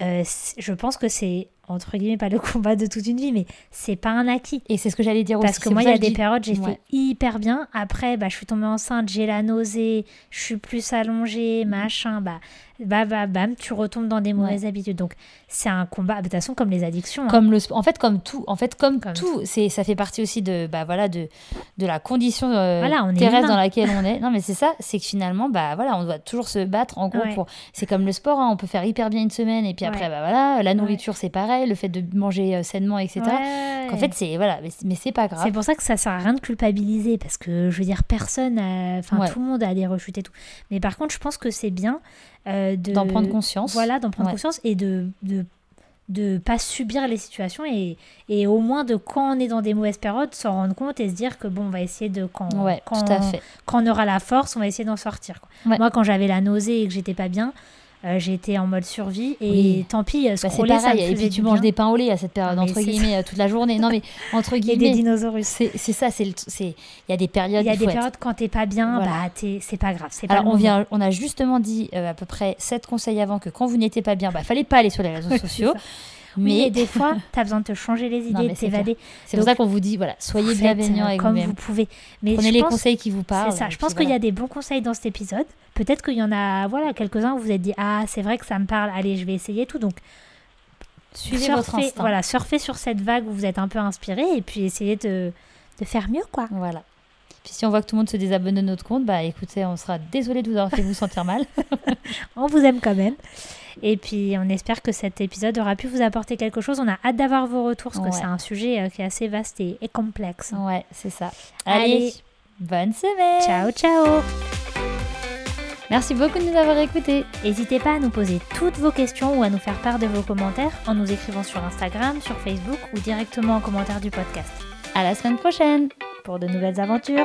S2: euh, c- je pense que c'est entre guillemets pas le combat de toute une vie, mais c'est pas un acquis.
S3: Et c'est ce que j'allais dire
S2: Parce
S3: aussi.
S2: que
S3: c'est
S2: moi, il
S3: pour ça
S2: y a des
S3: je dis-
S2: périodes, j'ai
S3: Ouais.
S2: fait hyper bien. Après, bah, je suis tombée enceinte, j'ai la nausée, je suis plus allongée,
S3: Mm.
S2: machin. Bah, bah, bah, bam, tu retombes dans des mauvaises habitudes. Donc, c'est un combat. De toute façon, comme les addictions. hein.
S3: Comme le, sp- en fait, comme tout, en fait, comme,
S2: Comme
S3: tout, c'est, ça fait partie aussi de, bah voilà, de, de la condition euh,
S2: Voilà, on est
S3: terrestre
S2: humain.
S3: dans laquelle on est. Non, mais c'est ça, c'est que finalement, bah voilà, on doit toujours se battre en gros
S2: Ouais.
S3: pour. C'est comme le sport, hein, on peut faire hyper bien une semaine et puis après,
S2: Ouais.
S3: bah voilà, la nourriture c'est pareil, le fait de manger euh, sainement, etc.
S2: Ouais.
S3: En fait, c'est voilà, mais, c'est- mais c'est pas grave.
S2: C'est pour ça que ça sert à rien de culpabiliser parce que je veux dire personne, a- enfin
S3: Ouais.
S2: tout le monde a des rechutes et tout. Mais par contre, je pense que c'est bien euh, de
S3: D'en prendre conscience.
S2: Voilà, d'en prendre
S3: Ouais.
S2: conscience et de de de pas subir les situations et, et au moins de quand on est dans des mauvaises périodes s'en rendre compte et se dire que bon on va essayer de quand
S3: Ouais,
S2: quand,
S3: tout à fait. Bah,
S2: quand on aura la force on va essayer d'en sortir quoi.
S3: Ouais.
S2: moi quand j'avais la nausée et que j'étais pas bien euh, j'étais en mode survie et
S3: Oui.
S2: tant pis euh,
S3: Bah, c'est
S2: scroller, ça me
S3: pareil. Et
S2: faisait
S3: puis tu
S2: du
S3: manges
S2: bien.
S3: des pains au lait à cette période
S2: Ah, mais
S3: entre
S2: c'est ça.
S3: guillemets euh, toute la journée. Non mais entre
S2: et des
S3: guillemets,
S2: dinosaures
S3: c'est c'est ça, c'est le- c'est il y a des périodes.
S2: Il y a
S3: il
S2: des
S3: faut être-
S2: périodes quand t'es pas bien,
S3: Voilà.
S2: bah t'es- c'est pas grave. c'est pas
S3: Alors,
S2: le
S3: on,
S2: moment.
S3: vient, on a justement dit euh, à peu près sept conseils avant que quand vous n'étiez pas bien, bah, fallait pas aller sur les réseaux
S2: Oui,
S3: sociaux.
S2: c'est Oui,
S3: Mais
S2: et des fois, t'as besoin de te changer les
S3: Non,
S2: idées,
S3: mais
S2: de
S3: c'est clair.
S2: t'évader.
S3: c'est pour ça
S2: donc,
S3: qu'on vous dit, voilà, soyez
S2: Faites,
S3: bienveillants
S2: euh,
S3: avec
S2: comme
S3: vous-même.
S2: vous pouvez. Mais
S3: Prenez
S2: je
S3: les
S2: pense-
S3: conseils qui vous parlent.
S2: C'est ça.
S3: et
S2: Je
S3: puis
S2: pense qu'il y a des bons conseils dans cet épisode. Peut-être qu'il y en a, voilà, quelques-uns où vous êtes dit, ah, c'est vrai que ça me parle. Allez, je vais essayer tout. Donc,
S3: voilà. Suivez votre
S2: surfez,
S3: instinct. Voilà.
S2: voilà, surfez sur cette vague où vous êtes un peu inspiré et puis essayez de, de faire mieux, quoi.
S3: Puis si on voit que tout le monde se désabonne de notre compte, bah écoutez, on sera désolé de vous avoir fait vous sentir mal.
S2: on vous aime quand même. Et puis on espère que cet épisode aura pu vous apporter quelque chose. On a hâte d'avoir vos retours parce que
S3: Ouais.
S2: c'est un sujet euh, qui est assez vaste et, et complexe.
S3: Ouais, c'est ça.
S2: Allez.
S3: Allez, bonne semaine.
S2: Ciao, ciao
S3: Merci beaucoup de nous avoir écoutés.
S2: N'hésitez pas à nous poser toutes vos questions ou à nous faire part de vos commentaires en nous écrivant sur Instagram, sur Facebook ou directement en commentaire du podcast
S3: À la semaine prochaine.
S2: pour de nouvelles aventures.